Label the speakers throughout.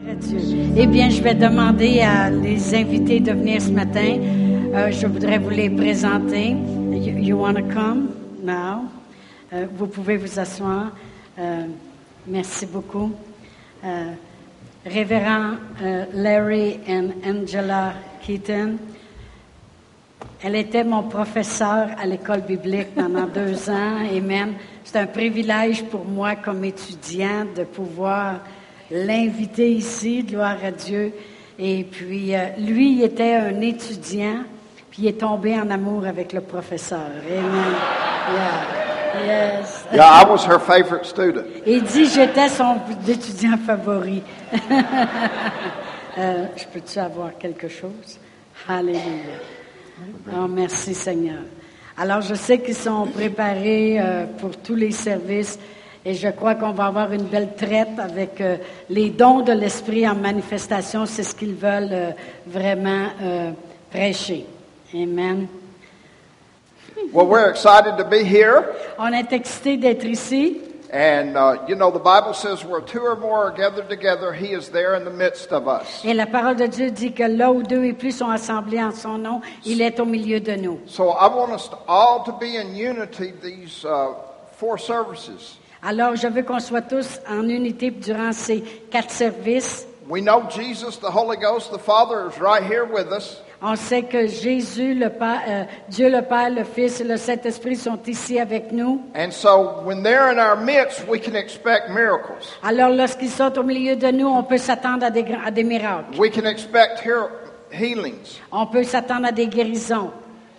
Speaker 1: Dieu. Eh bien, je vais demander à les invités de venir ce matin. Euh, je voudrais vous les présenter. You, you want to come now? Euh, vous pouvez vous asseoir. Euh, merci beaucoup. Euh, Révérend euh, Larry and Angela Keaton. Elle était mon professeur à l'école biblique pendant deux ans. et même, C'est un privilège pour moi comme étudiant de pouvoir l'inviter ici, gloire à Dieu. Et puis, euh, lui, il était un étudiant, puis il est tombé en amour avec le professeur. Amen. Yeah. Yes.
Speaker 2: Yeah, I was her favorite student.
Speaker 1: Il dit j'étais son étudiant favori. Euh, je peux-tu avoir quelque chose? Alléluia. Oh, merci Seigneur. Alors je sais qu'ils sont préparés euh, pour tous les services et je crois qu'on va avoir une belle traite avec euh, les dons de l'Esprit en manifestation. C'est ce qu'ils veulent euh, vraiment euh, prêcher. Amen.
Speaker 2: Well, we're excited to be here.
Speaker 1: On est excités d'être ici.
Speaker 2: And, uh, you know, the Bible says where two or more are gathered together, He is there in the midst of us.
Speaker 1: Et la parole de Dieu dit que là où deux et plus sont assemblés en son nom, il est au milieu de nous.
Speaker 2: So I want us to all to be in unity these uh, four services.
Speaker 1: Alors, je veux qu'on soit tous en unité durant ces quatre services.
Speaker 2: We know Jesus, the Holy Ghost, the Father is right here with us.
Speaker 1: On sait que Jésus, le Père, euh, Dieu le Père, le Fils et le Saint-Esprit sont ici avec nous.
Speaker 2: And so when they're in our midst, we can expect miracles.
Speaker 1: Alors, lorsqu'ils sont au milieu de nous, on peut s'attendre à des, gra- à des miracles.
Speaker 2: We can expect hear- healings.
Speaker 1: On peut s'attendre à des guérisons.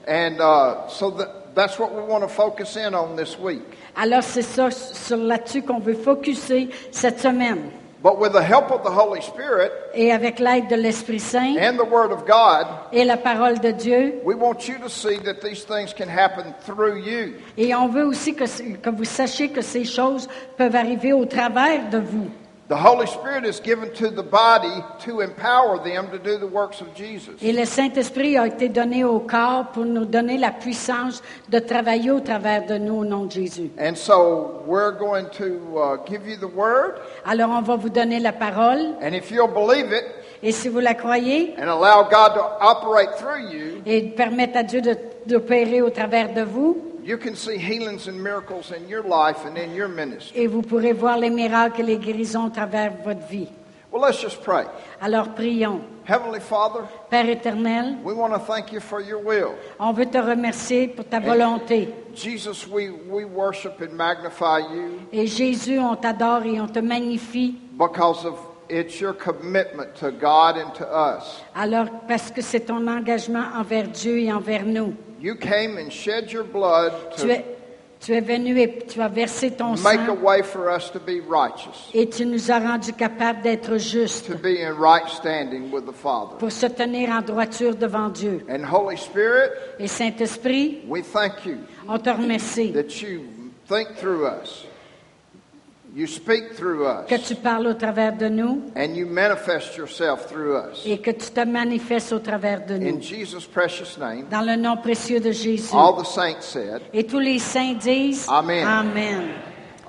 Speaker 2: And uh, so that, that's what we want to focus in on this week.
Speaker 1: Alors, c'est ça, sur là-dessus qu'on veut focuser cette semaine.
Speaker 2: But with the help of the Holy Spirit
Speaker 1: Et avec l'aide de l'Esprit Saint
Speaker 2: and the Word of God,
Speaker 1: et la parole de Dieu,
Speaker 2: we want you to see that these things can happen through you.
Speaker 1: Et on veut aussi que, que vous sachiez que ces choses peuvent arriver au travers de vous.
Speaker 2: The Holy Spirit is given to the body to empower them to do the works of Jesus.
Speaker 1: Et le Saint-Esprit a été donné au corps pour nous donner la puissance de travailler au travers de nous au nom de Jésus.
Speaker 2: And so we're going to uh, give you the Word,
Speaker 1: Alors on va vous donner la parole
Speaker 2: and if you'll believe it
Speaker 1: et si vous la croyez
Speaker 2: and allow God to operate through you,
Speaker 1: et permettre à Dieu de- d'opérer au travers de vous
Speaker 2: you can see healings and miracles in your life and in your ministry.
Speaker 1: et vous pourrez voir les miracles et les guérisons au travers de votre vie.
Speaker 2: Well, let's just pray.
Speaker 1: Alors prions.
Speaker 2: Heavenly Father,
Speaker 1: Père éternel,
Speaker 2: we want to thank you for your will.
Speaker 1: on veut te remercier pour ta volonté.
Speaker 2: Jesus, we, we worship and magnify you
Speaker 1: Et Jésus, on t'adore et on te magnifie
Speaker 2: because of it's your commitment to God and to us.
Speaker 1: Alors, parce que c'est ton engagement envers Dieu et envers nous.
Speaker 2: You came and shed your blood
Speaker 1: Tu es,
Speaker 2: to
Speaker 1: tu es venu et tu as versé ton
Speaker 2: make a
Speaker 1: sang
Speaker 2: way for us to be righteous,
Speaker 1: et tu nous as rendus capables d'être justes
Speaker 2: to be in right standing with the Father.
Speaker 1: pour se tenir en droiture devant Dieu.
Speaker 2: And Holy Spirit,
Speaker 1: Et Saint-Esprit,
Speaker 2: we thank you
Speaker 1: on te remercie
Speaker 2: that you think through us, you speak through
Speaker 1: que
Speaker 2: us,
Speaker 1: tu parles au travers de nous
Speaker 2: and you manifest yourself through us.
Speaker 1: et que tu te manifestes au travers de nous.
Speaker 2: In Jesus' precious name,
Speaker 1: Dans le nom précieux de Jésus.
Speaker 2: all the saints said,
Speaker 1: Et tous les saints disent
Speaker 2: Amen.
Speaker 1: Amen.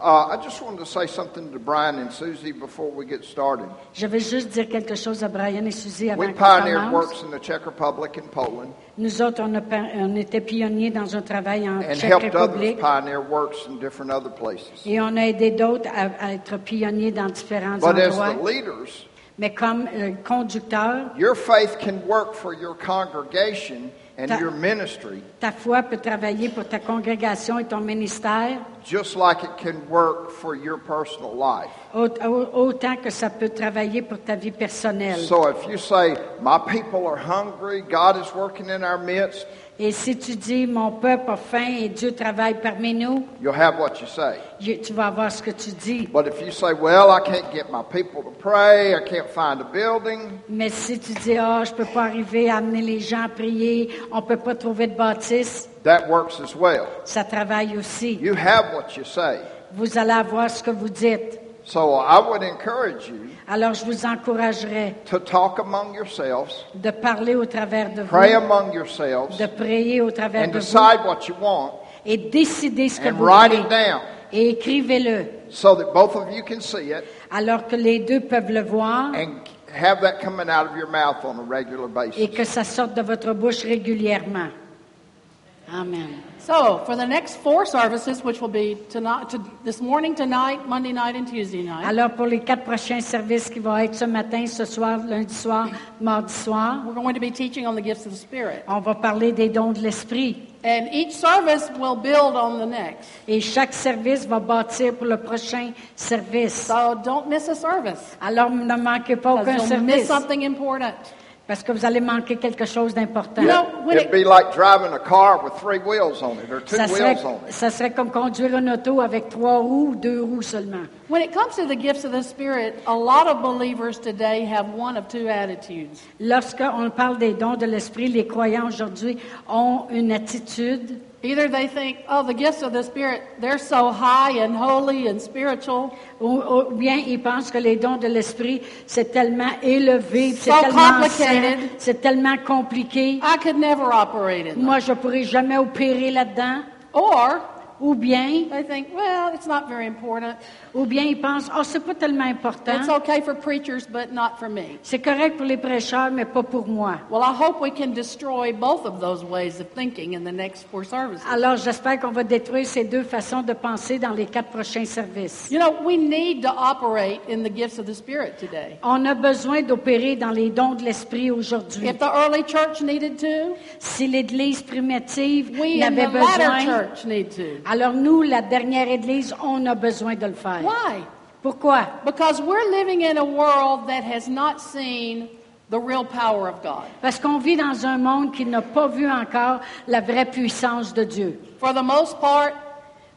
Speaker 2: Uh, I just wanted to say something to Brian and Susie before we get started.
Speaker 1: Je vais juste dire quelque chose à Brian et Suzy avant
Speaker 2: We
Speaker 1: qu'on
Speaker 2: pioneered
Speaker 1: commence.
Speaker 2: works in the Czech Republic and Poland
Speaker 1: Nous autres, on, a pa- on était pionniers dans un travail en
Speaker 2: and
Speaker 1: Tchèque
Speaker 2: helped others
Speaker 1: République
Speaker 2: pioneer works in different other places.
Speaker 1: et on a aidé d'autres à, à être pionniers dans différents
Speaker 2: But as the
Speaker 1: endroits.
Speaker 2: leaders,
Speaker 1: Mais comme euh, conducteur,
Speaker 2: your faith can work for your congregation and
Speaker 1: Ta-
Speaker 2: your ministry
Speaker 1: ta foi peut travailler pour ta congrégation et ton ministère
Speaker 2: just like it can work for your personal life.
Speaker 1: au- au- autant que ça peut travailler pour ta vie personnelle.
Speaker 2: So if you say, My people are hungry, God is working in our midst,
Speaker 1: Et si tu dis, mon peuple a faim et Dieu travaille parmi nous,
Speaker 2: you'll have what you say.
Speaker 1: y- tu vas avoir ce que tu dis.
Speaker 2: But if you say, Well, I can't get my people to pray, I can't find a building,
Speaker 1: Mais si tu dis, ah, je peux pas arriver à amener les gens à prier, on peut pas trouver de bâtisse,
Speaker 2: that works as well.
Speaker 1: ça travaille aussi.
Speaker 2: You have what you say.
Speaker 1: Vous allez avoir ce que vous dites.
Speaker 2: So I would encourage you
Speaker 1: Alors je vous encouragerais
Speaker 2: to talk among yourselves,
Speaker 1: de parler au travers de
Speaker 2: pray
Speaker 1: vous,
Speaker 2: among yourselves,
Speaker 1: de prier au travers
Speaker 2: and
Speaker 1: de vous
Speaker 2: decide what you want
Speaker 1: et décider ce que
Speaker 2: and
Speaker 1: vous
Speaker 2: write it
Speaker 1: voulez
Speaker 2: down
Speaker 1: et écrivez-le
Speaker 2: so that both of you can see it
Speaker 1: alors que les deux peuvent le voir
Speaker 2: and have that coming out of your mouth on a regular
Speaker 1: et
Speaker 2: basis.
Speaker 1: que ça sorte de votre bouche régulièrement. Amen.
Speaker 3: So, for the next four services, which will be tonight, to, this morning, tonight, Monday night, and Tuesday night,
Speaker 1: Alors pour les quatre prochains services qui vont être ce matin, ce soir, lundi soir, mardi soir,
Speaker 3: we're going to be teaching on the gifts of the Spirit.
Speaker 1: on va parler des dons de l'esprit.
Speaker 3: And each service will build on the next.
Speaker 1: Et chaque service va bâtir pour le prochain service.
Speaker 3: So, don't miss a service.
Speaker 1: Alors ne manquez pas aucun
Speaker 3: Because you'll miss
Speaker 1: service
Speaker 3: something important.
Speaker 1: parce que vous allez manquer quelque chose d'important.
Speaker 3: You know, when
Speaker 2: It'd
Speaker 3: it,
Speaker 2: be like driving a car with three wheels on it or two
Speaker 1: Ça serait,
Speaker 2: wheels on it.
Speaker 1: ça serait comme conduire une auto avec trois roues ou deux roues seulement.
Speaker 3: when it comes to the gifts of the Spirit, a lot of believers today have one of two attitudes.
Speaker 1: Lorsqu'on parle des dons de l'esprit, les croyants aujourd'hui ont une attitude.
Speaker 3: Either they think, oh, the gifts of the Spirit, they're so high and holy and spiritual,
Speaker 1: Ou, ou bien ils pensent que les dons de l'esprit, c'est tellement élevé, c'est
Speaker 3: So
Speaker 1: tellement
Speaker 3: complicated.
Speaker 1: saint, c'est tellement compliqué.
Speaker 3: I could never operate in them.
Speaker 1: Moi, je pourrais jamais opérer là-dedans.
Speaker 3: Or
Speaker 1: Ou bien,
Speaker 3: they think, well, it's not very important.
Speaker 1: ou bien ils pensent, oh, c'est pas tellement important.
Speaker 3: It's okay for preachers, but not for me.
Speaker 1: C'est correct pour les prêcheurs, mais pas pour moi.
Speaker 3: Well, I hope we can destroy both of those ways of thinking in the next four services.
Speaker 1: Alors, j'espère qu'on va détruire ces deux façons de penser dans les quatre prochains services.
Speaker 3: You know, we need to operate in the gifts of the Spirit today.
Speaker 1: On a besoin d'opérer dans les dons de l'esprit aujourd'hui.
Speaker 3: If the early church needed to,
Speaker 1: Si l'Église primitive
Speaker 3: we in
Speaker 1: n'avait
Speaker 3: the latter
Speaker 1: besoin,
Speaker 3: church need to.
Speaker 1: alors nous, la dernière Église, on a besoin de le faire.
Speaker 3: Why?
Speaker 1: Pourquoi?
Speaker 3: Because we're living in a world that has not seen the real power of God.
Speaker 1: Parce qu'on vit dans un monde qui n'a pas vu encore la vraie puissance de Dieu.
Speaker 3: For the most part,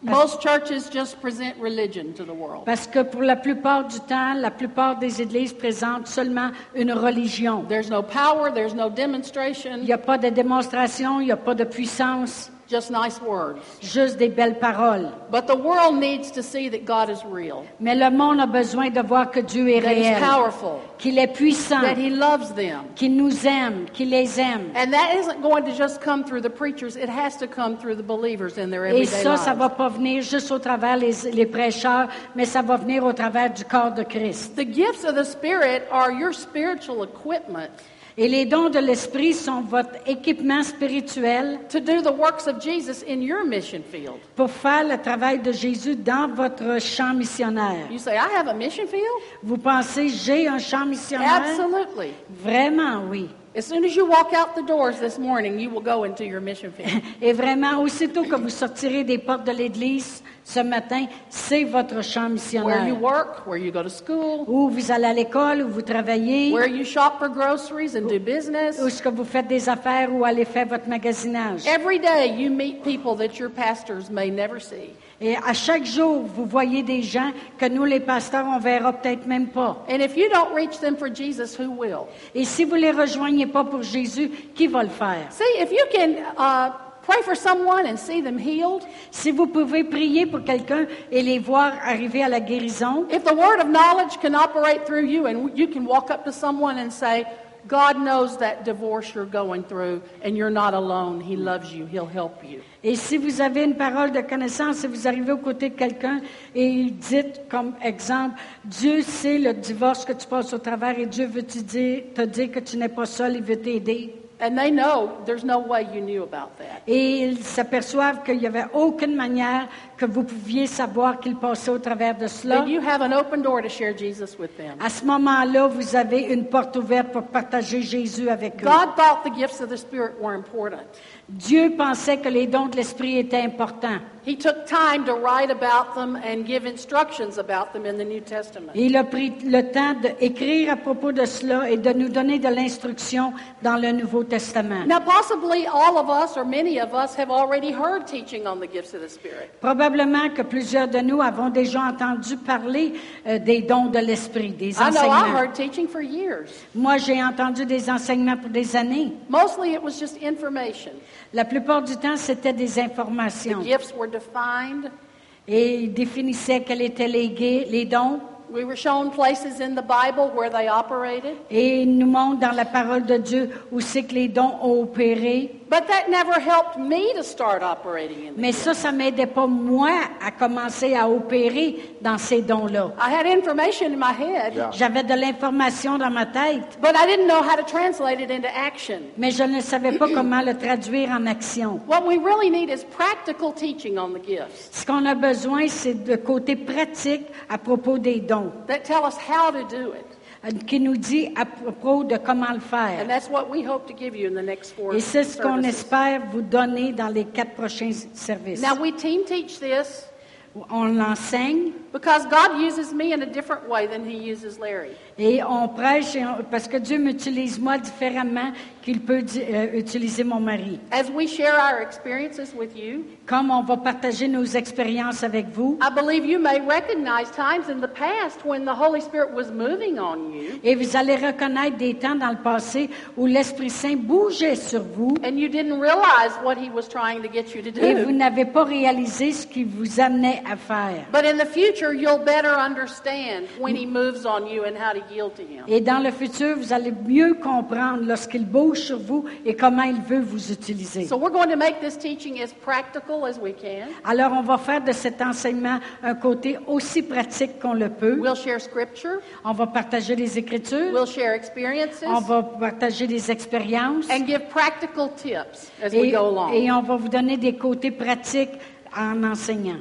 Speaker 3: most churches just present religion to the world.
Speaker 1: Parce que pour la plupart du temps, la plupart des Églises présentent seulement une religion.
Speaker 3: There's no power, there's no
Speaker 1: Il
Speaker 3: demonstration,
Speaker 1: n'y a pas de démonstration, il n'y a pas de puissance,
Speaker 3: just nice words.
Speaker 1: juste des belles paroles.
Speaker 3: But the world needs to see that God is real,
Speaker 1: Mais le monde a besoin de voir que Dieu est
Speaker 3: that He's
Speaker 1: réel,
Speaker 3: powerful,
Speaker 1: qu'il est puissant,
Speaker 3: that He loves them.
Speaker 1: qu'il nous aime, qu'il les aime.
Speaker 3: And that isn't going to just come through the preachers, it has to come through the believers in their
Speaker 1: Et
Speaker 3: everyday
Speaker 1: ça, ça va
Speaker 3: lives.
Speaker 1: pas venir juste au travers les, les prêcheurs, mais ça va venir au travers du corps de Christ.
Speaker 3: The gifts of the Spirit are your spiritual equipment
Speaker 1: Et les dons de l'esprit sont votre équipement spirituel
Speaker 3: to do the works of Jesus in your mission field.
Speaker 1: pour faire le travail de Jésus dans votre champ missionnaire.
Speaker 3: You say, I have a mission field?
Speaker 1: Vous pensez, j'ai un champ missionnaire?
Speaker 3: Absolutely.
Speaker 1: Vraiment, oui.
Speaker 3: As soon as you walk out the doors this morning, you will go into your mission field.
Speaker 1: Et vraiment, aussitôt que vous sortirez des portes de l'Église ce matin, c'est votre champ
Speaker 3: where you
Speaker 1: missionnaire.
Speaker 3: work, where you go to school,
Speaker 1: Où vous allez à l'école, où vous travaillez,
Speaker 3: where you shop for groceries and do
Speaker 1: où
Speaker 3: business.
Speaker 1: ce que vous faites des affaires, où allez faire votre magasinage.
Speaker 3: Every day you meet people that your pastors may never see.
Speaker 1: Et à chaque jour, vous voyez des gens que nous, les pasteurs, on verra peut-être même pas.
Speaker 3: And if you don't reach them for Jesus, who will?
Speaker 1: Et si vous les rejoignez pas pour Jésus, qui va le faire?
Speaker 3: See, if you can uh, pray for someone and see them healed,
Speaker 1: Si vous pouvez prier pour quelqu'un et les voir arriver à la guérison,
Speaker 3: if the word of knowledge can operate through you and you can walk up to someone and say, God knows that divorce you're going through and you're not alone. He loves you, He'll help you.
Speaker 1: et si vous avez une parole de connaissance, si vous arrivez aux côtés de quelqu'un et dites comme exemple, Dieu sait le divorce que tu passes au travers et Dieu veut te dire, te dire que tu n'es pas seul, il veut t'aider.
Speaker 3: And they know there's no way you knew about that.
Speaker 1: Et ils s'aperçoivent qu'il n'y avait aucune manière que vous pouviez savoir qu'il passait au travers de cela.
Speaker 3: Then you have an open door to share Jesus with them.
Speaker 1: À ce moment-là, vous avez une porte ouverte pour partager Jésus avec eux.
Speaker 3: God thought the gifts of the Spirit were important.
Speaker 1: Dieu pensait que les dons de l'Esprit étaient importants.
Speaker 3: He took time to write about them and give instructions about them in the New Testament.
Speaker 1: Et il a pris le temps d'écrire à propos de cela et de nous donner de l'instruction dans le Nouveau Testament.
Speaker 3: Now, possibly all of us or many of us have already heard teaching on the gifts of the Spirit.
Speaker 1: Probablement que plusieurs de nous avons déjà entendu parler euh, des dons de l'Esprit, des
Speaker 3: I know I
Speaker 1: enseignements.
Speaker 3: heard teaching for years.
Speaker 1: Moi, j'ai entendu des enseignements pour des années.
Speaker 3: Mostly it was just information.
Speaker 1: La plupart du temps, c'était des
Speaker 3: The
Speaker 1: informations.
Speaker 3: gifts were defined,
Speaker 1: Et il définissait quels étaient les, gué- les dons.
Speaker 3: We were shown places in the Bible where they operated,
Speaker 1: Et il nous montre dans la parole de Dieu où c'est que les dons ont opéré.
Speaker 3: but that never helped me to start operating in them.
Speaker 1: Mais ça, ça m'aidait pas, moi, à commencer à opérer dans ces dons-là.
Speaker 3: I had information in my head,
Speaker 2: Yeah.
Speaker 1: J'avais de l'information dans ma tête,
Speaker 3: but I didn't know how to translate it into action.
Speaker 1: mais je ne savais pas comment le traduire en action.
Speaker 3: What we really need is practical teaching on the gifts
Speaker 1: Ce qu'on a besoin, c'est de côté pratique à propos des dons,
Speaker 3: that tell us how to do it.
Speaker 1: euh, qui nous dit à propos de comment le
Speaker 3: And
Speaker 1: faire.
Speaker 3: that's what we hope to give you in the next four
Speaker 1: Et c'est ce qu'on
Speaker 3: services.
Speaker 1: espère vous donner dans les quatre prochains services.
Speaker 3: Now, we team teach this
Speaker 1: On l'enseigne
Speaker 3: because God uses me in a different way than He uses Larry.
Speaker 1: et on prêche et on- parce que Dieu m'utilise moi différemment qu'il peut di- euh, utiliser mon mari.
Speaker 3: As we share our experiences with you,
Speaker 1: Comme on va partager nos expériences avec vous,
Speaker 3: I believe you may recognize times in the past when the Holy Spirit was moving on you
Speaker 1: Et vous allez reconnaître des temps dans le passé où l'Esprit Saint bougeait sur vous
Speaker 3: and you didn't realize what He was trying to get you to
Speaker 1: et vous
Speaker 3: do.
Speaker 1: n'avez pas réalisé ce qu'il vous amenait à faire.
Speaker 3: But in the future, you'll better understand when He moves on you and how to yield to Him.
Speaker 1: Et dans le futur, vous allez mieux comprendre lorsqu'il bouge sur vous et comment il veut vous utiliser.
Speaker 3: So we're going to make this teaching as practical as we can.
Speaker 1: Alors, on va faire de cet enseignement un côté aussi pratique qu'on le peut.
Speaker 3: We'll share scripture,
Speaker 1: On va partager les Écritures,
Speaker 3: we'll share experiences,
Speaker 1: on va partager des expériences
Speaker 3: and give practical tips as we
Speaker 1: et,
Speaker 3: go along.
Speaker 1: et on va vous donner des côtés pratiques en enseignant.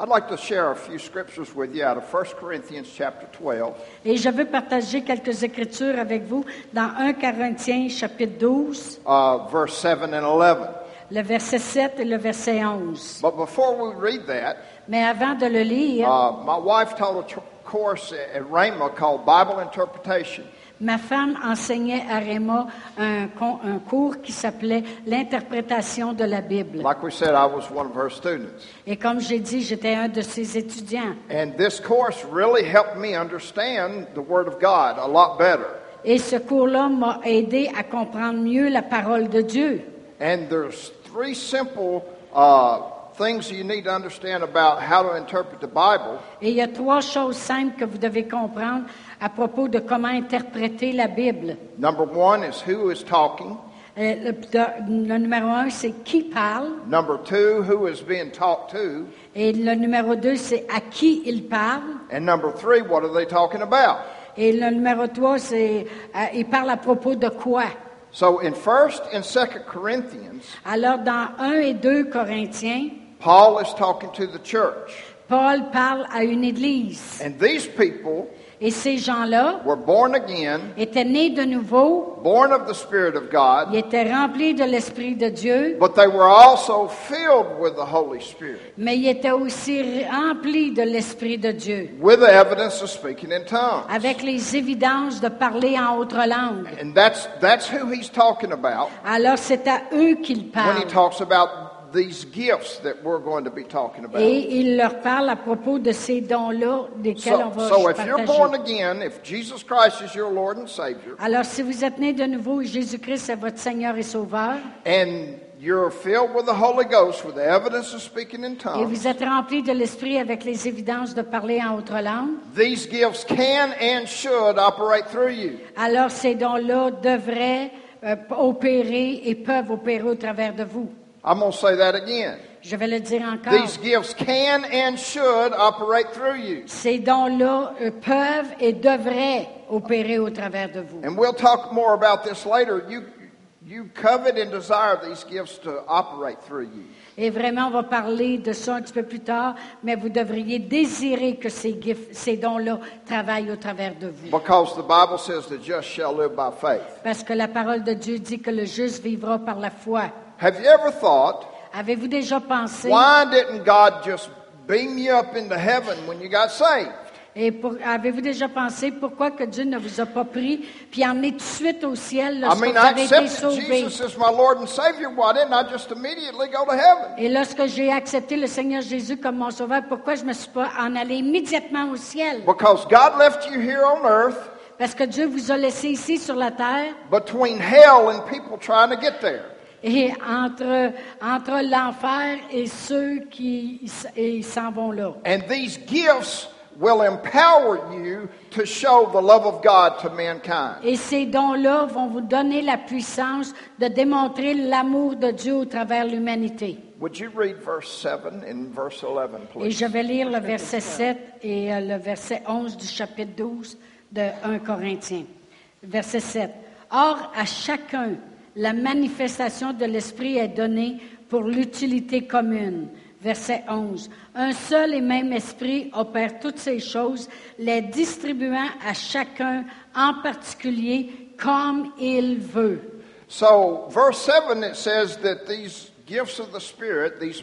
Speaker 2: I'd like to share a few scriptures with you out of 1 Corinthians chapter 12.
Speaker 1: Et je veux partager quelques écritures avec vous dans 1 Corinthiens chapitre 12,
Speaker 2: uh, verse 7 and 11.
Speaker 1: le verset 7 et le verset 11.
Speaker 2: But before we read that,
Speaker 1: Mais avant de le
Speaker 3: Ah.
Speaker 1: lire,
Speaker 2: uh, my wife taught a tr- course at Rhema called Bible Interpretation.
Speaker 1: ma femme enseignait à Réma un, con- un cours qui s'appelait l'interprétation de la Bible.
Speaker 2: Like we said, I was one of her students.
Speaker 1: Et comme j'ai dit, j'étais un de ses étudiants.
Speaker 2: And this course really helped me understand the Word of God a lot better.
Speaker 1: Et ce cours-là m'a aidé à comprendre mieux la parole de Dieu.
Speaker 2: And there's three simple uh, things you need to understand about how to interpret the Bible.
Speaker 1: Et il y a trois choses simples que vous devez comprendre à propos de comment interpréter la Bible.
Speaker 2: Number one is who is talking.
Speaker 1: Euh, Le, de- le numéro un, c'est qui parle.
Speaker 2: Number two, who is being talked to.
Speaker 1: Et le numéro deux, c'est à qui il parle.
Speaker 2: And number three, what are they talking about?
Speaker 1: Et le numéro trois, c'est euh, il parle à propos de quoi.
Speaker 2: So in 1st and 2nd Corinthians,
Speaker 1: Alors, dans 1 et 2 Corinthiens,
Speaker 2: Paul is talking to the church.
Speaker 1: Paul parle à une église.
Speaker 2: And these people
Speaker 1: Et ces gens-là
Speaker 2: were born again,
Speaker 1: étaient nés de nouveau.
Speaker 2: born of the Spirit of
Speaker 1: Ils
Speaker 2: God,
Speaker 1: étaient remplis de l'Esprit de Dieu,
Speaker 2: but they were also filled with the Holy Spirit,
Speaker 1: mais ils étaient aussi remplis de l'Esprit de Dieu,
Speaker 2: with the evidence of speaking in tongues.
Speaker 1: avec les évidences de parler en autre langue.
Speaker 2: And that's, that's who he's talking about
Speaker 1: Alors, c'est à eux qu'il
Speaker 2: when
Speaker 1: parle.
Speaker 2: he talks about these gifts that we're going to be talking about.
Speaker 1: Et il leur parle à propos de ces dons-là desquels on
Speaker 2: So,
Speaker 1: va
Speaker 2: so if you're born
Speaker 1: partager.
Speaker 2: again, if Jesus Christ is your Lord and Savior,
Speaker 1: Alors, si vous êtes né de nouveau et Jésus-Christ est votre Seigneur et Sauveur,
Speaker 2: and you're filled with the Holy Ghost, with the evidence of speaking in
Speaker 1: et
Speaker 2: tongues,
Speaker 1: vous êtes rempli de l'Esprit avec les évidences de parler en autre langue,
Speaker 2: These gifts can and should operate through you.
Speaker 1: alors ces dons-là devraient euh, opérer et peuvent opérer au travers de vous.
Speaker 2: I'm going to say that again.
Speaker 1: Je vais le dire encore.
Speaker 2: These gifts can and should operate through you.
Speaker 1: Ces dons-là euh, peuvent et devraient opérer au travers de vous.
Speaker 2: And we'll talk more about this later. You, you covet and desire these gifts to operate through you.
Speaker 1: Et vraiment, on va parler de ça un petit peu plus tard, mais vous devriez désirer que ces, gifts- ces dons-là travaillent au travers de vous.
Speaker 2: Because the Bible says the just shall live by faith.
Speaker 1: Parce que la parole de Dieu dit que le juste vivra par la foi.
Speaker 2: Have you ever thought,
Speaker 1: Avez-vous déjà pensé
Speaker 2: why didn't God just beam you up into heaven when you got saved?
Speaker 1: et pour- avez-vous déjà pensé pourquoi que Dieu ne vous a pas pris puis emmené tout de suite au ciel
Speaker 2: I
Speaker 1: lorsque
Speaker 2: mean,
Speaker 1: vous
Speaker 2: I
Speaker 1: avez été
Speaker 2: accepted
Speaker 1: sauvés?
Speaker 2: Jesus as my Lord and Savior. Why didn't I just immediately go to heaven?
Speaker 1: Et lorsque j'ai accepté le Seigneur Jésus comme mon sauveur, pourquoi je me suis pas en allé immédiatement au ciel?
Speaker 2: Because God left you here on earth
Speaker 1: Parce que Dieu vous a laissé ici sur la terre
Speaker 2: between hell and people trying to get there.
Speaker 1: et entre, entre l'enfer et ceux qui s- et ils s'en vont là.
Speaker 2: And these gifts will empower you to show the love of God to mankind.
Speaker 1: Et ces dons-là vont vous donner la puissance de démontrer l'amour de Dieu au travers de l'humanité.
Speaker 2: Would you read verse 7 and verse 11,
Speaker 1: Et
Speaker 2: please?
Speaker 1: je vais lire le verset 7 et euh, le verset 11 du chapitre 12 de 1 Corinthiens. Verset 7. Or, à chacun, la manifestation de l'Esprit est donnée pour l'utilité commune. Verset 11. Un seul et même Esprit opère toutes ces choses, les distribuant à chacun en particulier comme il veut.
Speaker 2: So, verse 7, it says that these gifts of the Spirit, these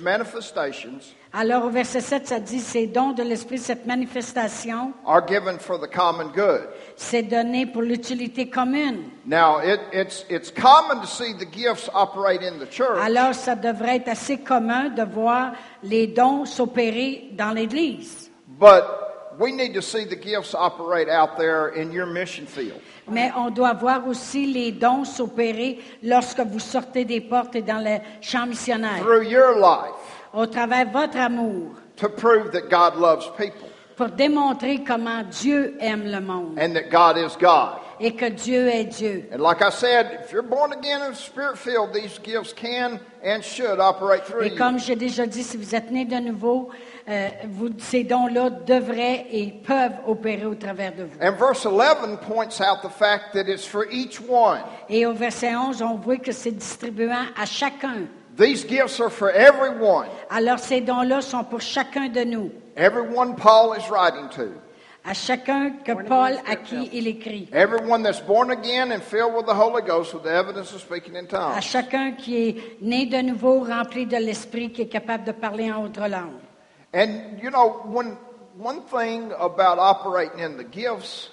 Speaker 2: manifestations,
Speaker 1: Alors, au verset 7, ça dit, ces dons de l'Esprit, cette manifestation,
Speaker 2: are given for the common good.
Speaker 1: c'est donné pour l'utilité commune.
Speaker 2: Now, it, it's, it's common to see the gifts operate in the church,
Speaker 1: Alors, ça devrait être assez commun de voir les dons s'opérer dans l'Église.
Speaker 2: but we need to see the gifts operate out there in your mission field.
Speaker 1: Mais on doit voir aussi les dons s'opérer lorsque vous sortez des portes et dans le champ missionnaire,
Speaker 2: through your life
Speaker 1: au travers de votre amour,
Speaker 2: to prove that God loves people
Speaker 1: pour démontrer comment Dieu aime le monde
Speaker 2: and that God is God.
Speaker 1: et que Dieu est Dieu.
Speaker 2: And like I said, if you're born again and spirit filled, these gifts can and should operate through
Speaker 1: Et
Speaker 2: you.
Speaker 1: comme j'ai déjà dit, si vous êtes né de nouveau, euh, vous, ces dons-là devraient et peuvent opérer au travers de vous.
Speaker 2: And verse 11 points out the fact that it's for each one.
Speaker 1: Et au verset 11, on voit que c'est distribuant à chacun.
Speaker 2: These gifts are for everyone.
Speaker 1: Alors ces dons-là sont pour chacun de nous,
Speaker 2: Everyone Paul is writing to.
Speaker 1: à chacun que Paul à qui il écrit,
Speaker 2: Everyone that's born again and filled with the Holy Ghost with the evidence of speaking in
Speaker 1: à
Speaker 2: tongues.
Speaker 1: chacun qui est né de nouveau, rempli de l'esprit, qui est capable de parler en autre langue.
Speaker 2: And you know, one one thing about operating in the gifts,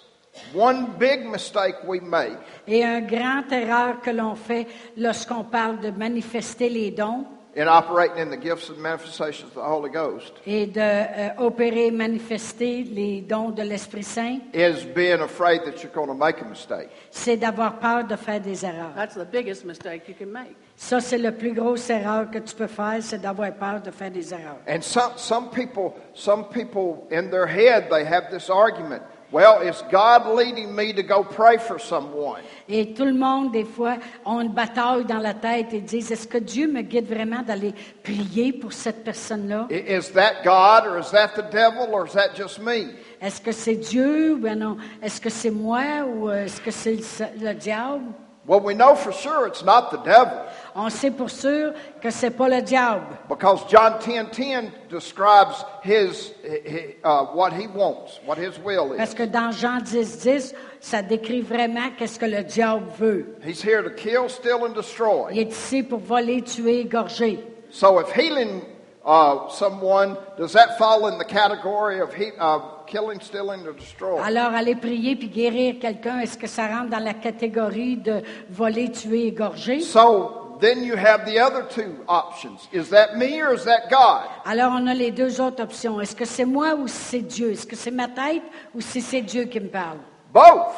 Speaker 2: one big mistake we make
Speaker 1: Et un grand erreur que l'on fait lorsqu'on parle de manifester les dons
Speaker 2: in operating in the gifts and manifestations of the Holy Ghost
Speaker 1: et de euh, opérer, manifester les dons de l'Esprit Saint,
Speaker 2: is being afraid that you're going to make a mistake.
Speaker 1: c'est d'avoir peur de faire des erreurs.
Speaker 3: That's the biggest mistake you can make.
Speaker 1: Ça, c'est la plus grosse erreur que tu peux faire, c'est d'avoir peur de faire des erreurs.
Speaker 2: And some, some people, some people in their head, they have this argument. Well, is God leading me to go pray for someone?
Speaker 1: Et tout le monde, des fois, ont une bataille dans la tête et disent, est-ce que Dieu me guide vraiment d'aller prier pour cette personne-là?
Speaker 2: I- Is that God or is that the devil or is that just me?
Speaker 1: Est-ce que c'est Dieu? Ben non. Est-ce que c'est moi ou euh, est-ce que c'est le, le diable?
Speaker 2: Well, we know for sure it's not the devil
Speaker 1: On sait pour sûr que c'est pas le diable.
Speaker 2: because John 10:10 describes his, hi- hi- uh, what he wants, what his will
Speaker 1: Parce
Speaker 2: is.
Speaker 1: que dans Jean 10, 10, ça décrit vraiment qu'est-ce que le diable veut.
Speaker 2: He's here to kill, steal, and destroy.
Speaker 1: Il est ici pour voler, tuer, égorger.
Speaker 2: So if healing uh, someone, does that fall in the category of he- uh, killing, stealing, or destroying?
Speaker 1: Alors, aller prier puis guérir quelqu'un, est-ce que ça rentre dans la catégorie de voler, tuer, égorger?
Speaker 2: So then you have the other two options. Is that me or is that God?
Speaker 1: Alors, on a les deux autres options. Est-ce que c'est moi ou c'est Dieu? Est-ce que c'est ma tête ou si c'est Dieu qui me parle?
Speaker 2: Both.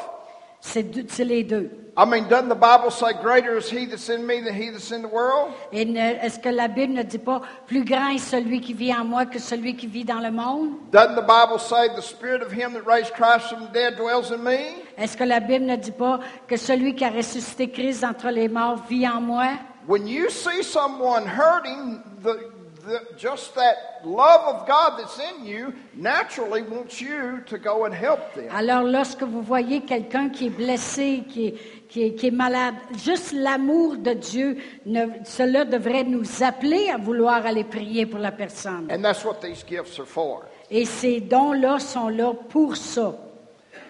Speaker 1: C'est deux- c'est les deux.
Speaker 2: I mean, doesn't the Bible say, Greater is he that's in me than he that's in the world?
Speaker 1: Et ne- est-ce que la Bible ne dit pas plus grand est celui qui vit en moi que celui qui vit dans le monde?
Speaker 2: Doesn't the Bible say, The spirit of him that raised Christ from the dead dwells in me?
Speaker 1: Est-ce que la Bible ne dit pas que celui qui a ressuscité Christ entre les morts vit en moi?
Speaker 2: When you see someone hurting, the, the, just that love of God that's in you naturally wants you to go and help them.
Speaker 1: Alors, lorsque vous voyez quelqu'un qui est blessé, qui est, qui est- qui est malade, juste l'amour de Dieu, ne- cela devrait nous appeler à vouloir aller prier pour la personne.
Speaker 2: And that's what these gifts are for.
Speaker 1: Et ces dons-là sont là pour ça.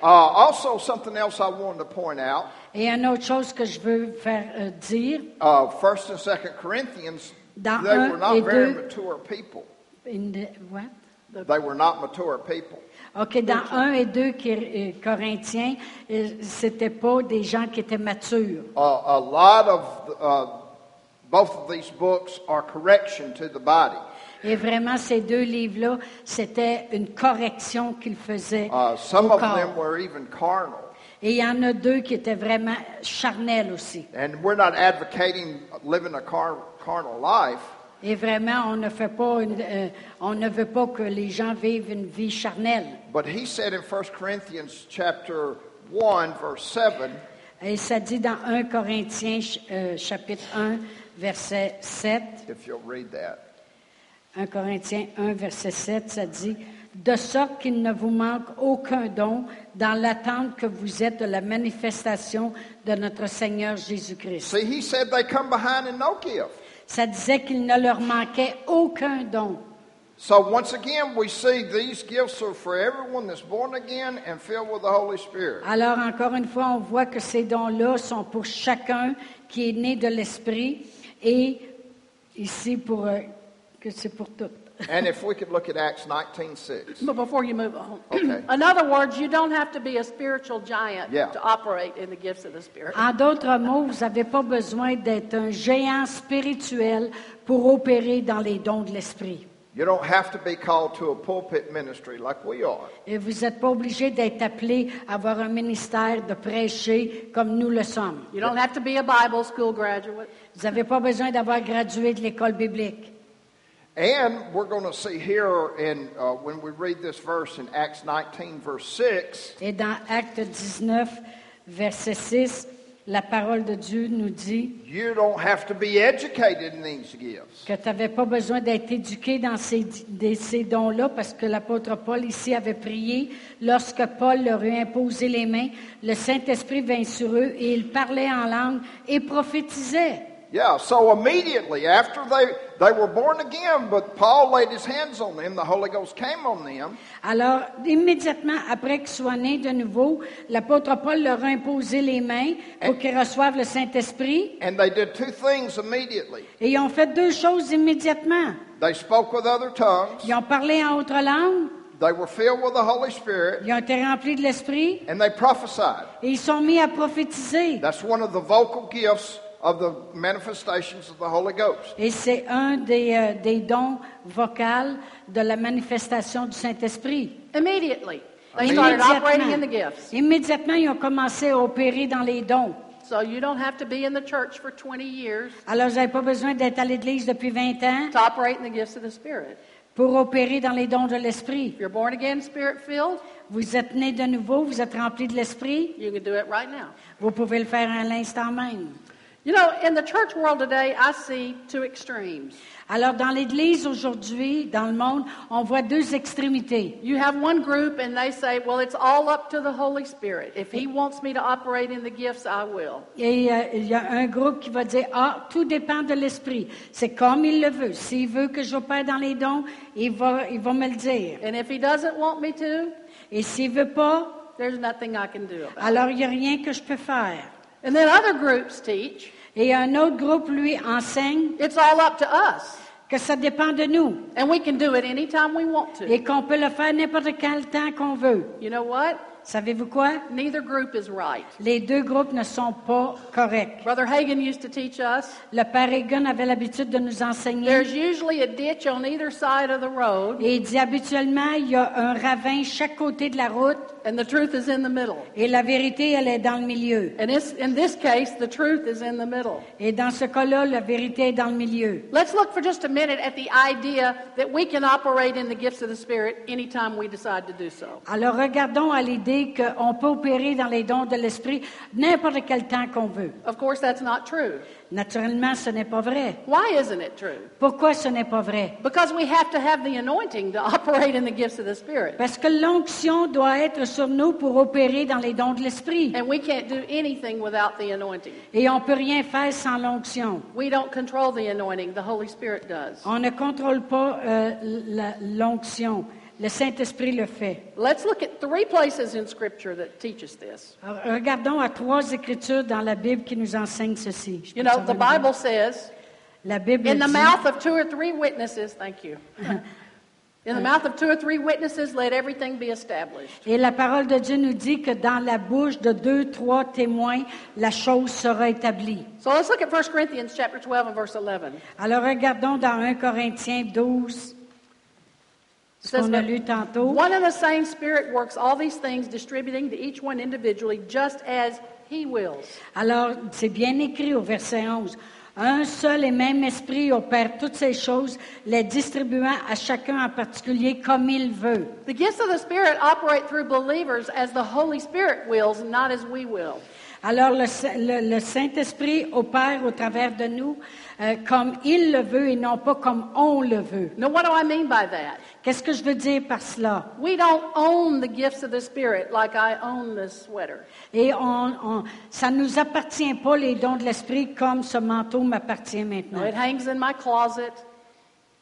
Speaker 2: Uh, also, something else I wanted to point out:
Speaker 1: Et une autre chose que je veux faire euh, dire,
Speaker 2: uh, First and Second Corinthians,
Speaker 1: Dans
Speaker 2: they
Speaker 1: un
Speaker 2: were
Speaker 1: et
Speaker 2: not very
Speaker 1: deux.
Speaker 2: mature people.
Speaker 1: in the- what?
Speaker 2: They were not mature people.
Speaker 1: OK, dans 1 et 2 Corinthiens, euh, c'était pas des gens qui étaient matures.
Speaker 2: Uh, a lot of uh, both of these books are correction to the body.
Speaker 1: Et vraiment, ces deux livres-là, c'était une correction qu'ils faisaient
Speaker 2: Uh, some
Speaker 1: au
Speaker 2: of
Speaker 1: corps.
Speaker 2: them were even carnal,
Speaker 1: Et il y en a deux qui étaient vraiment charnels aussi.
Speaker 2: and we're not advocating living a car- carnal life.
Speaker 1: Et vraiment, on ne fait pas, une- euh, on ne veut pas que les gens vivent une vie charnelle.
Speaker 2: But he said in 1 Corinthians chapter 1 verse 7,
Speaker 1: Et ça dit dans 1 Corinthiens ch- euh, chapitre 1 verset 7,
Speaker 2: if you'll read that.
Speaker 1: 1 Corinthiens 1 verset 7, ça dit de sorte qu'il ne vous manque aucun don dans l'attente que vous êtes de la manifestation de notre Seigneur Jésus-Christ.
Speaker 2: See, he said they come behind and no gift.
Speaker 1: Ça disait qu'il ne leur manquait aucun don.
Speaker 2: So once again, we see these gifts are for everyone that's born again and filled with the Holy Spirit.
Speaker 1: Alors encore une fois, on voit que ces dons-là sont pour chacun qui est né de l'esprit et ici pour euh, que c'est pour tout.
Speaker 2: And if we could look at Acts 19:6.
Speaker 3: But before you move on,
Speaker 2: Okay.
Speaker 3: in other words, you don't have to be a spiritual giant
Speaker 2: Yeah.
Speaker 3: to operate in the gifts of the Spirit.
Speaker 1: En d'autres mots, vous n'avez pas besoin d'être un géant spirituel pour opérer dans les dons de l'esprit.
Speaker 2: You don't have to be called to a pulpit ministry like we are.
Speaker 1: Et vous n'êtes pas obligé d'être appelé à avoir un ministère de prêcher comme nous le sommes.
Speaker 3: You don't have to be a Bible school graduate.
Speaker 1: Vous n'avez pas besoin d'avoir gradué de l'école biblique.
Speaker 2: And we're going to see here in uh, when we read this verse in Acts 19 verse 6
Speaker 1: Et dans Acte 19, verset 6, la parole de Dieu nous dit
Speaker 2: You don't have to be educated in these gifts.
Speaker 1: que tu n'avais pas besoin d'être éduqué dans ces, des- ces dons-là parce que l'apôtre Paul ici avait prié. Lorsque Paul leur eut imposé les mains, le Saint-Esprit vint sur eux et ils parlaient en langue et prophétisaient.
Speaker 2: Yeah, so immediately after they, they were born again, but Paul laid his hands on them, the Holy Ghost came on them,
Speaker 1: Alors, immédiatement après qu'ils soient nés de nouveau, l'apôtre Paul leur a imposé les mains pour qu'ils reçoivent le Saint-Esprit.
Speaker 2: and they did two things immediately.
Speaker 1: Et ils ont fait deux choses immédiatement.
Speaker 2: They spoke with other tongues,
Speaker 1: Ils ont parlé en autre langue,
Speaker 2: they were filled with the Holy Spirit,
Speaker 1: ils ont été remplis de l'Esprit
Speaker 2: and they prophesied.
Speaker 1: et ils sont mis à prophétiser.
Speaker 2: That's one of the vocal gifts of the manifestations of the Holy Ghost.
Speaker 1: Et c'est un des, euh, des dons vocaux de la manifestation du Saint-Esprit.
Speaker 3: Immediately, they started operating in the
Speaker 1: Immédiatement,
Speaker 3: gifts.
Speaker 1: immédiatement, ils ont commencé à opérer dans les dons.
Speaker 3: So you don't have to be in the church for 20 years
Speaker 1: Alors, vous n'avez pas besoin d'être à l'Église depuis 20 ans
Speaker 3: to operate in the gifts of the Spirit.
Speaker 1: pour opérer dans les dons de l'Esprit.
Speaker 3: If you're born again, Spirit filled,
Speaker 1: Vous êtes né de nouveau, vous êtes rempli de l'Esprit,
Speaker 3: you can do it right now.
Speaker 1: vous pouvez le faire à l'instant même.
Speaker 3: You know, in the church world today, I see two extremes.
Speaker 1: Alors, dans l'Église aujourd'hui, dans le monde, on voit deux extrémités.
Speaker 3: You have one group, and they say, Well, it's all up to the Holy Spirit. If He wants me to operate in the gifts, I will.
Speaker 1: Et euh, il y a un groupe qui va dire, ah, tout dépend de l'esprit. C'est comme il le veut. S'il veut que j'opère dans les dons, il va, il va me le dire.
Speaker 3: And if He doesn't want me to,
Speaker 1: Et s'il veut pas,
Speaker 3: there's nothing I can do about it.
Speaker 1: alors il n'y a rien que je peux faire.
Speaker 3: And then other groups teach,
Speaker 1: Et un autre groupe, lui, enseigne
Speaker 3: It's all up to us,
Speaker 1: que ça dépend de nous
Speaker 3: and we can do it anytime we want to.
Speaker 1: et qu'on peut le faire n'importe quel temps qu'on veut.
Speaker 3: You know what?
Speaker 1: Savez-vous quoi?
Speaker 3: Neither group is right.
Speaker 1: Les deux groupes ne sont pas corrects.
Speaker 3: Brother Hagan used to teach us
Speaker 1: Le père Egan avait l'habitude de nous enseigner.
Speaker 3: there's usually a ditch on either side of the road,
Speaker 1: Et il dit habituellement, il y a un ravin chaque côté de la route.
Speaker 3: and the truth is in the middle.
Speaker 1: Et la vérité, elle est dans le milieu.
Speaker 3: And it's, in this case, the truth is in the middle.
Speaker 1: Et dans ce cas-là, la vérité est dans le milieu.
Speaker 3: Let's look for just a minute at the idea that we can operate in the gifts of the Spirit anytime we decide to do so.
Speaker 1: Alors regardons à l'idée qu'on peut opérer dans les dons de l'esprit n'importe quel temps qu'on veut.
Speaker 3: Of course, that's not true.
Speaker 1: Naturellement, ce n'est pas vrai.
Speaker 3: Why isn't it true?
Speaker 1: Pourquoi ce n'est pas vrai?
Speaker 3: Because we have to have the anointing to operate in the gifts of the Spirit.
Speaker 1: Parce que l'onction doit être sur nous pour opérer dans les dons de l'esprit.
Speaker 3: And we can't do anything without the anointing.
Speaker 1: Et on ne peut rien faire sans l'onction.
Speaker 3: We don't control the anointing, the Holy Spirit does.
Speaker 1: On ne contrôle pas euh, la- l'onction. Le Saint-Esprit le fait.
Speaker 3: Let's look at three places in Scripture that teach us this.
Speaker 1: Alors, regardons à trois écritures dans la Bible qui nous enseignent ceci. Je peux
Speaker 3: You know,
Speaker 1: savoir
Speaker 3: the
Speaker 1: le-
Speaker 3: Bible says,
Speaker 1: La Bible
Speaker 3: in the
Speaker 1: dit,
Speaker 3: mouth of two or three witnesses, thank you. In the mouth of two or three witnesses, let everything be established.
Speaker 1: et la parole de Dieu nous dit que dans la bouche de deux, trois témoins, la chose sera établie.
Speaker 3: So let's look at 1 Corinthians chapter 12 and verse 11.
Speaker 1: Alors regardons dans 1 Corinthiens 12,
Speaker 3: It
Speaker 1: ce qu'on a lu tantôt.
Speaker 3: One and the same Spirit works all these things, distributing to each one individually, just as He wills.
Speaker 1: Alors, c'est bien écrit au verset 11. Un seul et même esprit opère toutes ces choses, les distribuant à chacun en particulier comme il veut.
Speaker 3: The gifts of the Spirit operate through believers as the Holy Spirit wills, not as we will.
Speaker 1: Alors le, Sa- le- le Saint-Esprit opère au travers de nous euh, comme il le veut et non pas comme on le veut.
Speaker 3: Now, what do I mean by that?
Speaker 1: Qu'est-ce que je veux dire par cela?
Speaker 3: We don't own the gifts of the Spirit like I own this sweater.
Speaker 1: Et on, on- ça ne nous appartient pas les dons de l'Esprit comme ce manteau m'appartient
Speaker 3: No,
Speaker 1: maintenant.
Speaker 3: it hangs in my closet.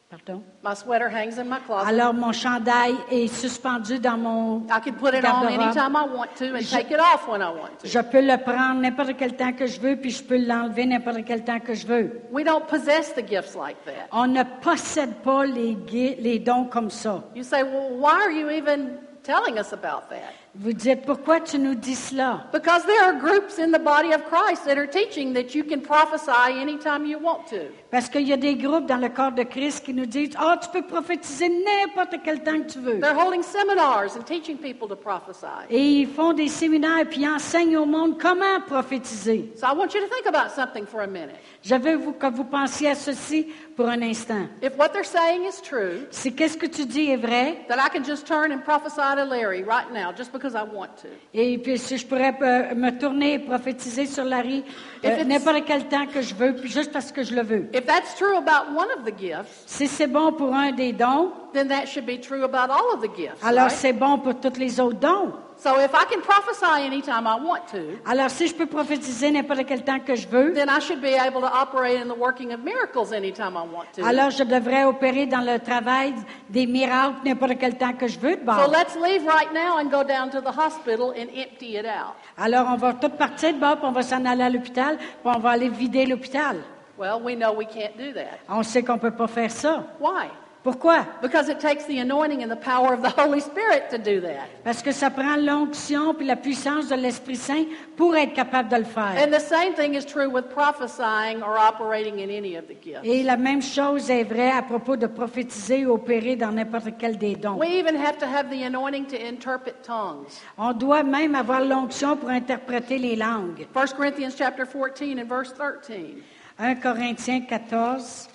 Speaker 1: Pardon?
Speaker 3: My sweater hangs in my closet.
Speaker 1: Alors mon chandail est suspendu dans mon
Speaker 3: I can put it on
Speaker 1: garde-robe.
Speaker 3: anytime I want to and take it off when I want to.
Speaker 1: Je peux le prendre n'importe quel temps que je veux, puis je peux l'enlever n'importe quel temps que je veux.
Speaker 3: We don't possess the gifts like that.
Speaker 1: On ne possède pas les, gui- les dons comme ça.
Speaker 3: You say, well, why are you even telling us about that?
Speaker 1: Vous dites, pourquoi tu nous dis cela?
Speaker 3: Because there are groups in the body of Christ that are teaching that you can prophesy anytime you want to.
Speaker 1: Parce qu'il y a des groupes dans le corps de Christ qui nous disent, ah, tu peux prophétiser n'importe quel temps que tu veux.
Speaker 3: They're holding seminars and teaching people to prophesy.
Speaker 1: Et ils font des séminaires, puis ils enseignent au monde comment prophétiser.
Speaker 3: So I want you to think about something for a minute.
Speaker 1: Je veux vous- que vous pensiez à ceci pour un instant.
Speaker 3: If what they're saying is true,
Speaker 1: Si qu'est-ce que tu dis est vrai,
Speaker 3: that I can just turn and prophesy to Larry right now just because I want to.
Speaker 1: Et puis, si je pourrais euh, me tourner et prophétiser sur Larry euh,
Speaker 3: If it's-
Speaker 1: n'importe quel temps que je veux, puis juste parce que je le veux.
Speaker 3: If that's true about one of the gifts,
Speaker 1: Si c'est bon pour un des dons,
Speaker 3: then that should be true about all of the gifts.
Speaker 1: alors
Speaker 3: right?
Speaker 1: c'est bon pour tous les autres dons.
Speaker 3: So if I can prophesy anytime I want to,
Speaker 1: Alors, si je peux prophétiser n'importe quel temps que je veux,
Speaker 3: then I should be able to operate in the working of miracles anytime I want to.
Speaker 1: alors je devrais opérer dans le travail des miracles n'importe quel temps que je veux de
Speaker 3: So
Speaker 1: bord.
Speaker 3: let's leave right now and go down to the hospital and empty it out.
Speaker 1: Alors, on va tout partir de bord, puis on va s'en aller à l'hôpital, puis on va aller vider l'hôpital.
Speaker 3: Well, we know we can't do that.
Speaker 1: On sait qu'on peut pas faire ça.
Speaker 3: Why?
Speaker 1: Pourquoi?
Speaker 3: Because it takes the anointing and the power of the Holy Spirit to do that.
Speaker 1: Parce que ça prend l'onction puis la puissance de l'Esprit Saint pour être capable de le faire.
Speaker 3: And the same thing is true with prophesying or operating in any of the gifts.
Speaker 1: Et la même chose est vraie à propos de prophétiser ou opérer dans n'importe quel des dons.
Speaker 3: We even have to have the anointing to interpret tongues.
Speaker 1: On doit même avoir l'onction pour interpréter les langues.
Speaker 3: 1 Corinthians chapter 14 and verse 13
Speaker 1: 1 Corinthiens 14